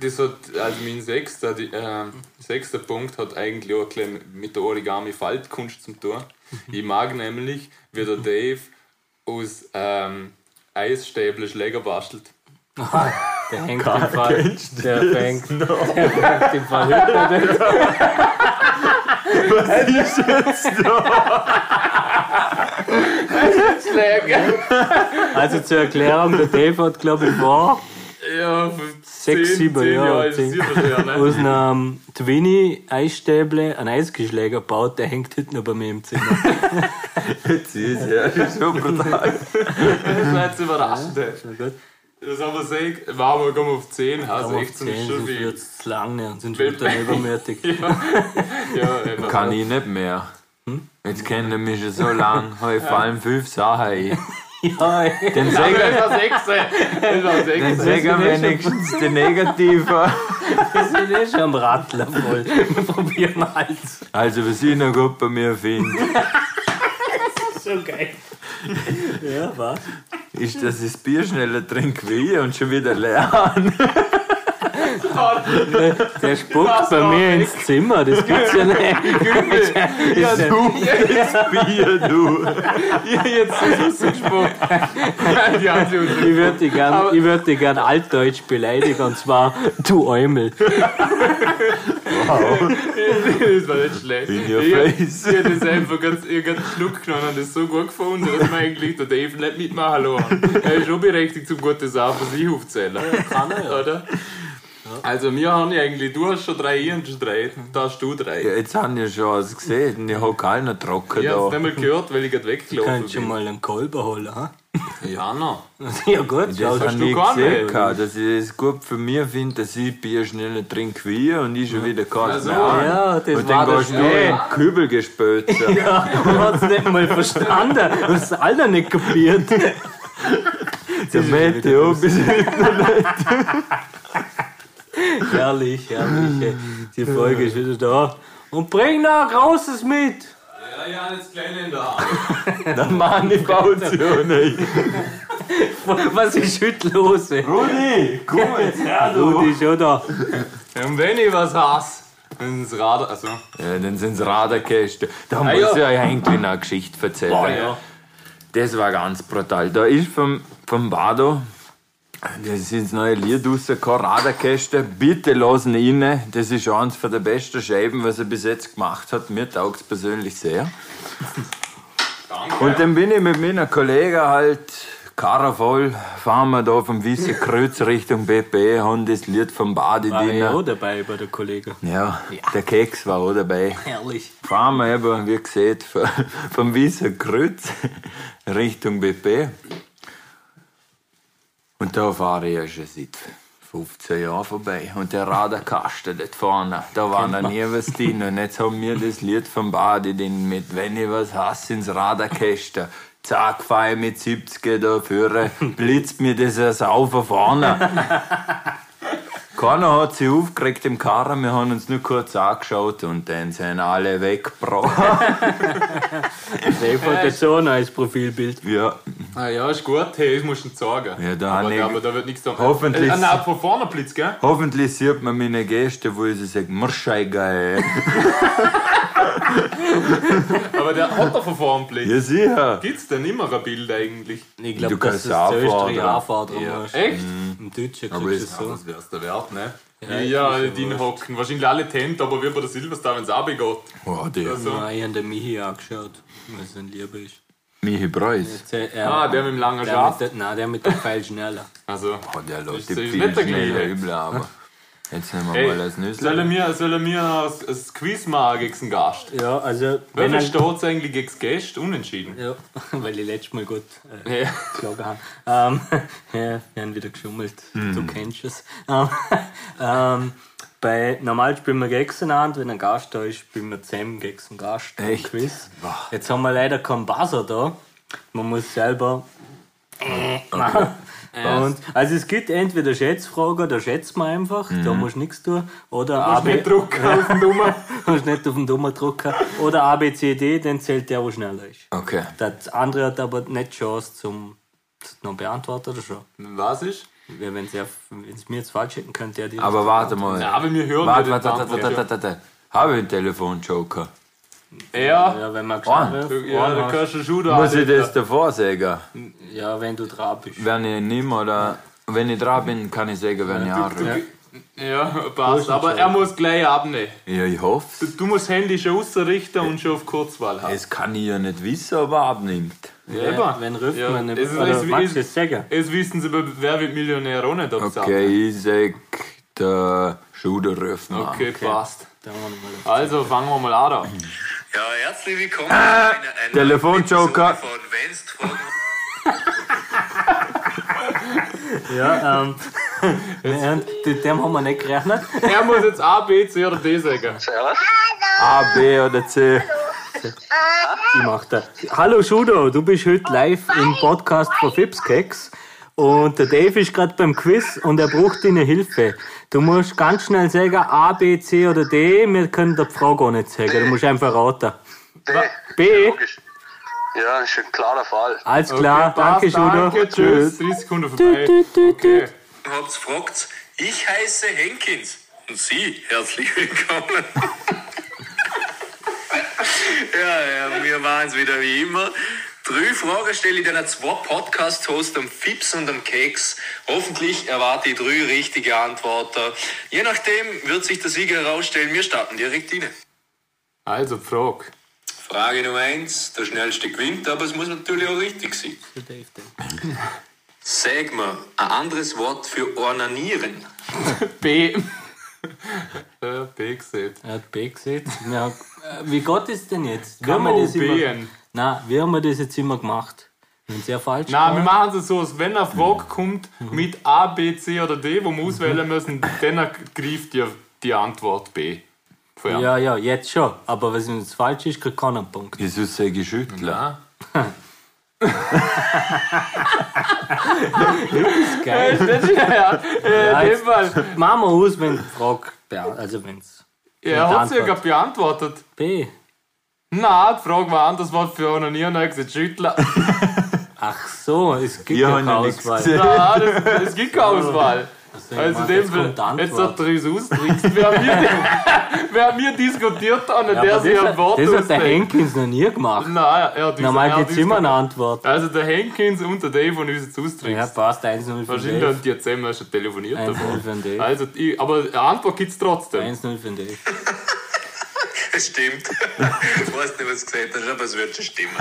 S4: das hat, also mein sechster, die, äh, sechster Punkt hat eigentlich auch ein bisschen mit der Origami-Faltkunst zum tun. Ich mag nämlich, wie der Dave aus ähm, Eisstäblen Schläger bastelt.
S3: Der hängt im Fall. Der fängt. Der fängt im Fall hinter den
S4: Schläger?
S3: Also zur Erklärung, der Dave hat, glaube ich, war
S4: Ja, für
S3: Sechs,
S4: zehn-
S3: sieben,
S4: zehn
S3: ja,
S4: Jahre ist
S3: zehn.
S4: es sicher schon, ne?
S3: aus einem Twinny-Eisstäble einen Eisgeschläger gebaut. Der hängt hinten noch bei mir im Zimmer.
S5: Jeans, ja, das ist so brutal.
S4: Das war jetzt überraschend.
S3: Na gut.
S4: Das haben wir sechs, war aber komm auf 10, also
S3: Aber auf
S4: 16 ist
S3: 10
S4: schon
S3: sind wir
S4: viel.
S3: jetzt zu lang ne, und sind schon wieder übermütig.
S4: Ja, eben.
S5: Kann ich nicht mehr. Jetzt kennt ihr mich schon so lang, habe ich vor allem fünf Sachen ein.
S3: Ja, ey.
S5: Den
S4: Aber
S5: Säger,
S4: das war 6. Das war 6.
S5: den Säger wenigstens die Negativen.
S3: wir sind eh schon am Radler voll. Wir probieren halt. alles.
S5: Also was ich noch gut bei mir finde,
S3: So geil. Ja, was?
S5: ist, dass ich das Bier schneller trinke wie ich und schon wieder leer.
S3: Der spuckt
S4: Das
S3: bei
S4: war
S3: mir
S4: weg.
S3: ins Zimmer, das gibt's ja nicht. Ja,
S5: Du das Bier, du.
S4: Jetzt ist es gespuckt. Die haben sie uns
S3: Ich würde dich gern, ich würd dich gern altdeutsch beleidigen, und zwar du Eumel.
S4: Das war nicht schlecht.
S5: In your
S4: ich
S5: face.
S4: ich habe das einfach ganz, ich hab ganz Schluck genommen und das so gut gefunden, dass man eigentlich der Dave nicht mitmachen lassen. Er ist schon berechtigt zum guten Sachen für sich aufzählen. Kann er ja. Oder? Also, wir haben ja eigentlich, du hast schon drei, ich habe schon drei, da hast du drei.
S5: Ja, jetzt haben wir schon was gesehen, ich habe keinen trocken
S4: Ich habe es
S5: da.
S4: nicht mal gehört, weil ich gerade
S3: Kannst
S4: weggelaufen
S3: schon
S4: bin.
S3: mal einen Kolber holen, ha?
S4: Ja, noch.
S3: Ja gut,
S5: Das
S3: schau,
S5: hast
S4: hast
S5: du
S4: du
S5: nie
S4: gar
S5: gesehen,
S4: nicht.
S5: gehabt, dass ich es gut für mich finde, dass ich Bier schneller trinke wie ihr und ich schon wieder keins mehr habe.
S3: ja, das
S5: Und
S3: war
S5: dann
S3: das
S5: gehst du in den Kübel gespült.
S3: Ja, man hat's nicht mal verstanden und es alle nicht kapiert.
S5: Der Meteo bis
S3: herrlich, herrlich. ey. Die Folge ist wieder da. Und bring noch Großes mit.
S4: Ja, ja, das Kleine in der Hand.
S3: Dann machen die Pause. Was ist heute los? Ey?
S5: Rudi, gut. Ja,
S3: Rudi ist schon da.
S4: Und wenn ich was hasse, dann ins Radar. Also,
S5: Ja, dann sind es Radarkäste. Da muss
S4: ja.
S5: ich euch eigentlich noch eine Geschichte erzählen.
S3: ja.
S5: Das war ganz brutal. Da ist vom, vom Bardo, das ist ins neue Lied rausgekommen, Radarkäste. Bitte lassen inne. Das ist eins von der besten Scheiben, was er bis jetzt gemacht hat. Mir taugt es persönlich sehr. Und dann bin ich mit meiner Kollegen halt Karre voll, fahren wir da vom Wiese Kreuz Richtung BP, haben das Lied vom Badi
S3: War ich auch
S5: drinnen.
S3: dabei bei der Kollegen.
S5: Ja, der Keks war auch dabei
S3: Herrlich.
S5: fahren wir eben, wie gesagt, von- vom Wieser Kreuz Richtung BP. Und da fahre ich ja schon seit 15 Jahren vorbei. Und der Radarkasten dort vorne, da war noch nie was drin. Und jetzt haben wir das Lied vom Badi drin mit «Wenn ich was hasse, ins Radarkasten». Zack, fahr ich mit 70 da führe, blitzt mir das ein Saufer vorne. Keiner hat sich aufgeregt im Karren, wir haben uns nur kurz angeschaut und dann sind alle weggebrochen.
S3: Ich fand das so ein neues Profilbild.
S5: ja,
S4: ah, ja, ist gut, hey, das musst du ihm sagen.
S5: Ja, da hab
S4: aber,
S5: ich-
S4: aber da wird nichts sagen.
S5: Hoffentlich-
S4: Äh, nein, von vorne blitzt, gell?
S5: hoffentlich sieht man meine Geste, wo ich so sage, Marschei geil.
S4: Aber der hat doch von vorne blitzt.
S5: ja, sicher.
S4: Gibt's denn immer ein Bild eigentlich?
S3: Ich glaube,
S5: Du
S3: dass
S5: kannst
S3: es zu
S5: auch fahren,
S3: Österreich
S5: oder?
S3: anfahrt. Ja.
S4: Echt?
S5: Mhm.
S3: Im Deutschen kriegst du es so.
S4: Das wär's der Wert, ne? Ja, ja, ja den hocken. Wahrscheinlich alle Tent, aber wie bei der Silverstar, wenn's abgeht.
S5: Oh, der
S4: Also,
S3: Nein, Ah, ich habe den Michi angeschaut, weil es ein Lieber ist. äh,
S5: Michi Preuß.
S3: Der,
S4: ah, der mit dem langen
S3: der
S4: Schaf.
S3: mit, der, nein, der mit dem Pfeil schneller.
S4: Also,
S5: Oh, der läuft
S4: Das ist
S5: viel
S4: nicht der
S5: schneller
S4: gleiche.
S5: übel, aber jetzt nehmen wir
S4: ey,
S5: mal als
S4: soll er
S5: Nüssel.
S4: mir, soll er mir ein, ein Quiz machen gegen den Gast?
S3: Ja, also,
S4: Wenn
S3: wenn er,
S4: Wer steht eigentlich gegen den Gast? Unentschieden.
S3: ja, weil ich letztes Mal gut äh,
S4: Ja.
S3: geschlagen habe. Ähm, ja, wir haben wieder geschummelt. Du kennst es. Ähm, ähm, bei, normal spielen wir gegeneinander, wenn ein Gast da ist, spielen wir zusammen gegen den Gast. im
S5: Echt?
S3: Quiz. Jetzt haben wir leider keinen Buzzer da. Man muss selber Und, also es gibt entweder Schätzfragen, da schätzt man einfach, da musst du nichts tun. Oder A, B,
S4: Mit Druck auf den Nummer.
S3: musst nicht auf den Dummer drucken. Oder A, B, C, D, dann zählt der, der schneller ist.
S5: Okay.
S3: Das andere hat aber nicht die Chance zum das noch beantworten oder schon.
S4: Was ist?
S3: Wenn es mir jetzt falsch hätten, könnte er die.
S5: Aber warte mal.
S4: Ja, aber Ah, wir hören
S5: Warte,
S4: ja
S5: warte,
S4: den
S5: warte, warte, warte, warte. Habe ich einen Telefonjoker?
S4: Ja,
S3: ja, wenn man gescheit
S5: Ohren.
S3: wird,
S4: ja, da
S3: Ohren hast.
S4: kannst du schon da.
S5: Muss ich das davor sagen?
S3: ja, wenn du dran bist.
S5: Wenn ich nimm oder wenn ich dran bin, kann ich sagen, wenn ich anrufe.
S4: Ja, passt. Aber er muss gleich abnehmen.
S5: Ja, ich hoffe.
S4: Du musst das Handy schon ausrichten und schon auf Kurzwahl haben.
S5: Das kann ich ja nicht wissen, ob er abnimmt.
S4: Ja, eben.
S3: Wenn ruft
S4: Ja,
S3: man nicht.
S4: es ist-
S3: Oder
S4: es ist-
S3: magst du es sagen?
S4: Jetzt wissen sie, bei wer wird Millionär auch nicht absagen.
S5: Okay, ich sag, der Schuder ruft mich an.
S4: okay, passt.
S3: Dann machen wir mal.
S4: Also fangen wir mal an. an.
S7: Ja, herzlich willkommen. zu einer Einladung
S5: Telefonjoker.
S7: Von Wenst von
S3: Ja, ähm. Während, mit dem haben wir nicht gerechnet.
S4: Er muss jetzt A, B, C oder D sagen.
S5: A, B oder C.
S3: Ich mach da. Hallo Schudo, du bist heute live im Podcast von Fipskeks. Und der Dave ist gerade beim Quiz und er braucht deine Hilfe. Du musst ganz schnell sagen A, B, C oder D. Wir können dir die Frage auch nicht sagen. Du musst einfach raten.
S8: Nee,
S3: B,
S8: logisch. Ja, das ist ein klarer Fall.
S3: alles klar. danke
S4: Passt,
S3: Schudo.
S4: Danke, tschüss. 30 Sekunden vorbei. Okay.
S7: Hab's gefragt. Ich heiße Henkins. Und Sie, herzlich willkommen. ja, ja, wir waren's wieder wie immer. Drei Fragen stelle ich deiner zwei Podcast-Host, am Fips und am Keks. Hoffentlich erwarte ich drei richtige Antworten. Je nachdem wird sich der Sieger herausstellen. Wir starten direkt rein.
S4: Also, Frage.
S7: Frage Nummer eins: der schnellste gewinnt, aber es muss natürlich auch richtig sein. Sag mal, ein anderes Wort für ornanieren.
S4: B. Äh, B gesehen.
S3: Er hat B gesehen. Ja, äh, wie geht es denn jetzt? Wie
S4: Kann
S3: haben wir
S4: man
S3: das
S4: auch
S3: immer,
S4: behen?
S3: nein, wie haben wir das jetzt immer gemacht? Wenn sehr falsch
S4: Nein,
S3: war.
S4: wir machen es so, dass wenn eine Frage kommt mit A, B, C oder D, wo wir auswählen müssen, dann greift die, die Antwort B. Vorher.
S3: Ja, ja, jetzt schon. Aber wenn es falsch ist, kriegt keiner einen Punkt.
S5: Jesus sei geschüttelt.
S4: Ja.
S3: Geil.
S4: Das ist ja, ja, äh, in dem Fall.
S3: Machen wir aus, wenn die Frage. Ja, also wenn es.
S4: Er hat sie ja
S3: Antwort.
S4: gerade beantwortet.
S3: B.
S4: Nein, die Frage war anders, was für einen Nieren gesagt Schüttler.
S3: Ach so, es gibt ja
S5: Wir haben
S3: keine
S5: ja nichts
S3: Auswahl.
S5: gesehen.
S4: Nein, das- es gibt keine Auswahl. Also in
S3: Oh. Mann,
S4: dem
S3: jetzt
S4: Fall,
S3: kommt die Antwort.
S4: jetzt hat er uns austrickst. Wir haben hier, wir haben hier diskutiert, an
S3: Ja,
S4: der
S3: aber
S4: sich ein
S3: das,
S4: Wort
S3: hat, das hat der
S4: ausdenkt. Hm,
S3: Henkins noch nie gemacht.
S4: Nein, er hat uns- er
S3: Normal
S4: hat
S3: gibt es
S4: uns
S3: immer eine
S4: gesagt.
S3: Antwort.
S4: Also der Henkins und der Dave von uns jetzt
S3: Ja,
S4: austrickst.
S3: passt, eins null für den
S4: Wahrscheinlich haben
S3: Dave.
S4: die zusammen schon telefoniert.
S3: Eins
S4: davor.
S3: null für den Dave.
S4: Also, ich, aber eine Antwort gibt es trotzdem.
S3: Eins null für den Dave.
S8: Das stimmt. Ich weiß nicht, was du gesagt hast, aber es wird schon stimmen.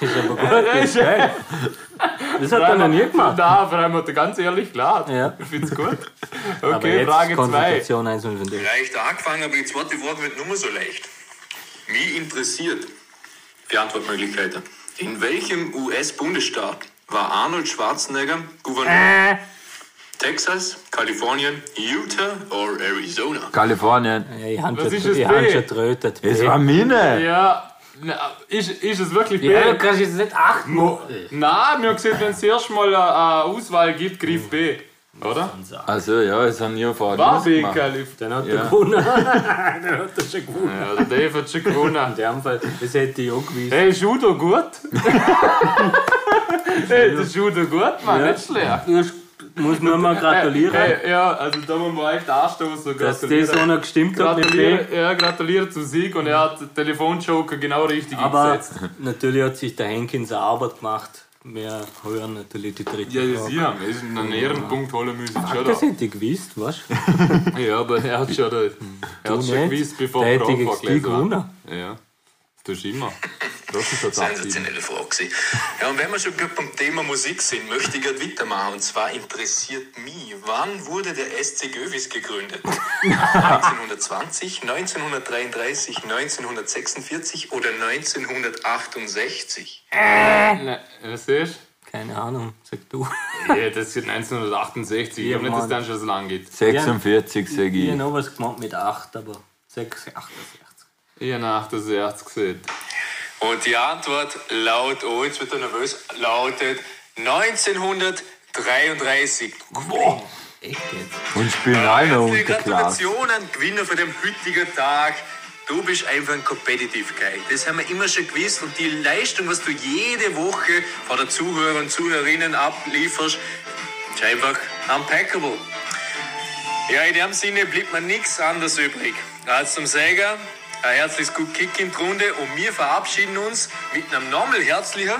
S3: Ist aber gut. ist geil. Das hat er noch nie gemacht.
S4: Nein, vor allem hat er ganz ehrlich klar.
S3: Ja.
S4: Ich find's gut.
S3: Aber
S4: Okay,
S3: jetzt
S4: Frage 2.
S3: Konzentration eins null für den Dave.
S8: Leicht angefangen, aber die zweite Frage wird nur mehr so leicht. Mich interessiert die Antwortmöglichkeiten. In welchem US-Bundesstaat war Arnold Schwarzenegger Gouverneur? Texas, Kalifornien, Utah or Arizona?
S5: Kalifornien.
S3: Ja, ich habe
S4: Was
S3: schon,
S4: ist das
S3: ich hab
S4: B?
S3: schon trötet. B.
S5: Es war meine.
S4: Ja, na, ist, ist es wirklich B?
S3: Ja, du kannst jetzt nicht acht machen.
S4: Nein, wir haben gesehen, wenn es erstmal eine, eine Auswahl gibt, griff B. Oder?
S5: Also ja, es haben nie vorher
S4: War B,
S5: losgemacht.
S4: Kalif. Dann hat
S5: Ja.
S4: ja, der Dave hat schon gewonnen.
S3: In dem Fall, das hätte ich auch gewusst.
S4: Hey, Judo gut? hey, das Judo gut, Mann, nicht schlecht.
S3: Erst muss man mal gratulieren,
S4: Hey, ja, also da muss man echt anstoßen.
S3: dass das so noch gestimmt hat mit dem.
S4: Gratuliere, ja, gratuliere zum Sieg und er hat Telefonjoker genau richtig
S3: Aber
S4: eingesetzt.
S3: natürlich hat sich der Henkins eine Arbeit gemacht. Wir hören natürlich die dritte
S4: Ja, das
S3: Frage.
S4: ist ja, es ist einen Ehrenpunkt holen müssen. Schon
S3: Das
S4: da.
S3: hätte ich gewusst, weißt du?
S4: Ja, aber er hat schon, da, er hat schon
S3: Hm. nicht?
S4: gewusst, bevor
S3: Da
S4: er
S3: hätte ich
S4: Frage
S3: gegen die
S4: vorgelesen hat.
S3: gewonnen.
S4: Ja, das tust du immer. Das ist tatsächlich.
S8: Sensationelle Frage. gewesen. Ja, und wenn wir schon gerade beim Thema Musik sind, möchte ich gerade weitermachen. Und zwar interessiert mich, wann wurde der SC Gövis gegründet? 1920, 1933, 1946 oder 1968?
S4: Nein, Was ist?
S3: Keine Ahnung, sag du.
S4: Ja, das ist 1968. Ich
S3: Ja,
S4: hab nicht, dass
S3: Mann.
S4: dann schon so lang geht.
S5: 46 sage
S3: Ich habe
S5: ich.
S3: noch was gemacht mit 8, aber 6, 68.
S4: Ich habe 68 gesehen.
S8: Und die Antwort laut, oh, jetzt wird er nervös, lautet 1933. Wow.
S5: Und spielen alle noch unter Glas.
S8: Gratulation an den Gewinner von dem heutigen Tag. Du bist einfach ein Competitive Guy. Das haben wir immer schon gewusst. Und die Leistung, was du jede Woche vor den Zuhörern und Zuhörerinnen ablieferst, ist einfach unpackable. Ja, in dem Sinne bleibt mir nichts anderes übrig. Als zum Säger, ein herzliches Gut Kick in die Runde und wir verabschieden uns mit einem nochmal herzlichen.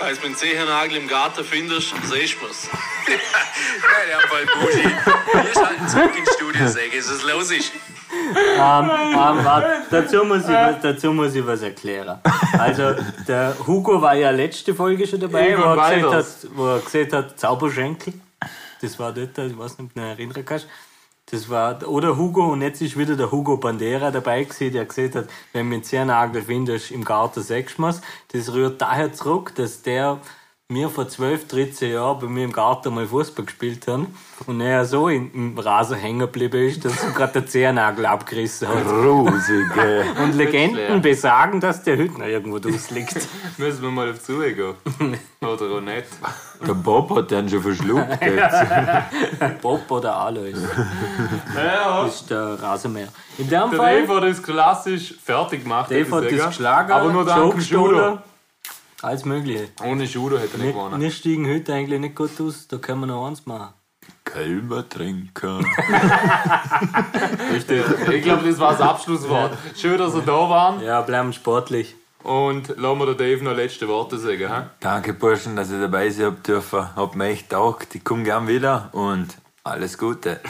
S8: Falls du einen Zehennagel im Garten findest, siehst du es. ja, der Fall, Bushi. Wir schalten zurück ins Studio, Säge, es ist los ist.
S3: Ähm, ähm, warte, dazu, muss ich was, dazu muss ich was erklären. Also, der Hugo war ja letzte Folge schon dabei,
S4: Hugo
S3: wo er, gesagt hat,
S4: Weiders.
S3: wo er gesagt hat, Zauberschenkel. Das war dort, ich weiß nicht, ob du dich erinnern kannst. Das war, oder Hugo, und jetzt ist wieder der Hugo Bandera dabei gewesen, der gesagt hat, wenn du einen Zehennagel findest, im Garten sagst du mir's. Das rührt daher zurück, dass der mir vor 12, 13 Jahren bei mir im Garten mal Fußball gespielt haben und er so in, im Rasen hängen geblieben ist, dass ihm gerade der Zehennagel abgerissen hat.
S5: Rosige.
S3: Und Legenden besagen, dass der Hüttner irgendwo draus liegt.
S4: Müssen wir mal auf die Ruhe gehen. Oder auch nicht.
S5: Der Bob hat den schon verschluckt. Jetzt.
S3: Bob oder Alois
S4: Ja,
S3: ist der Rasenmäher. In dem
S4: der
S3: Fall,
S4: Dave hat das klassisch fertig gemacht.
S3: Dave Äh? hat
S4: hätte ich
S3: das
S4: sagen.
S3: geschlagen,
S4: Aber nur dank dem Judo.
S3: Joke alles mögliche.
S4: Ohne Judo hätte er nicht
S3: Wir,
S4: gewonnen.
S3: wir steigen heute eigentlich nicht gut aus, da können wir noch eins machen.
S5: Kälbertrinker.
S4: Richtig. Ich glaube, das war das Abschlusswort. Schön, dass ihr da waren.
S3: Ja, bleiben sportlich.
S4: Und lassen wir der Dave noch letzte Worte sagen. hä?
S5: Danke, Burschen, dass ich dabei sein hab dürfen. Hab mir echt taugt. Ich komm gern wieder und alles Gute.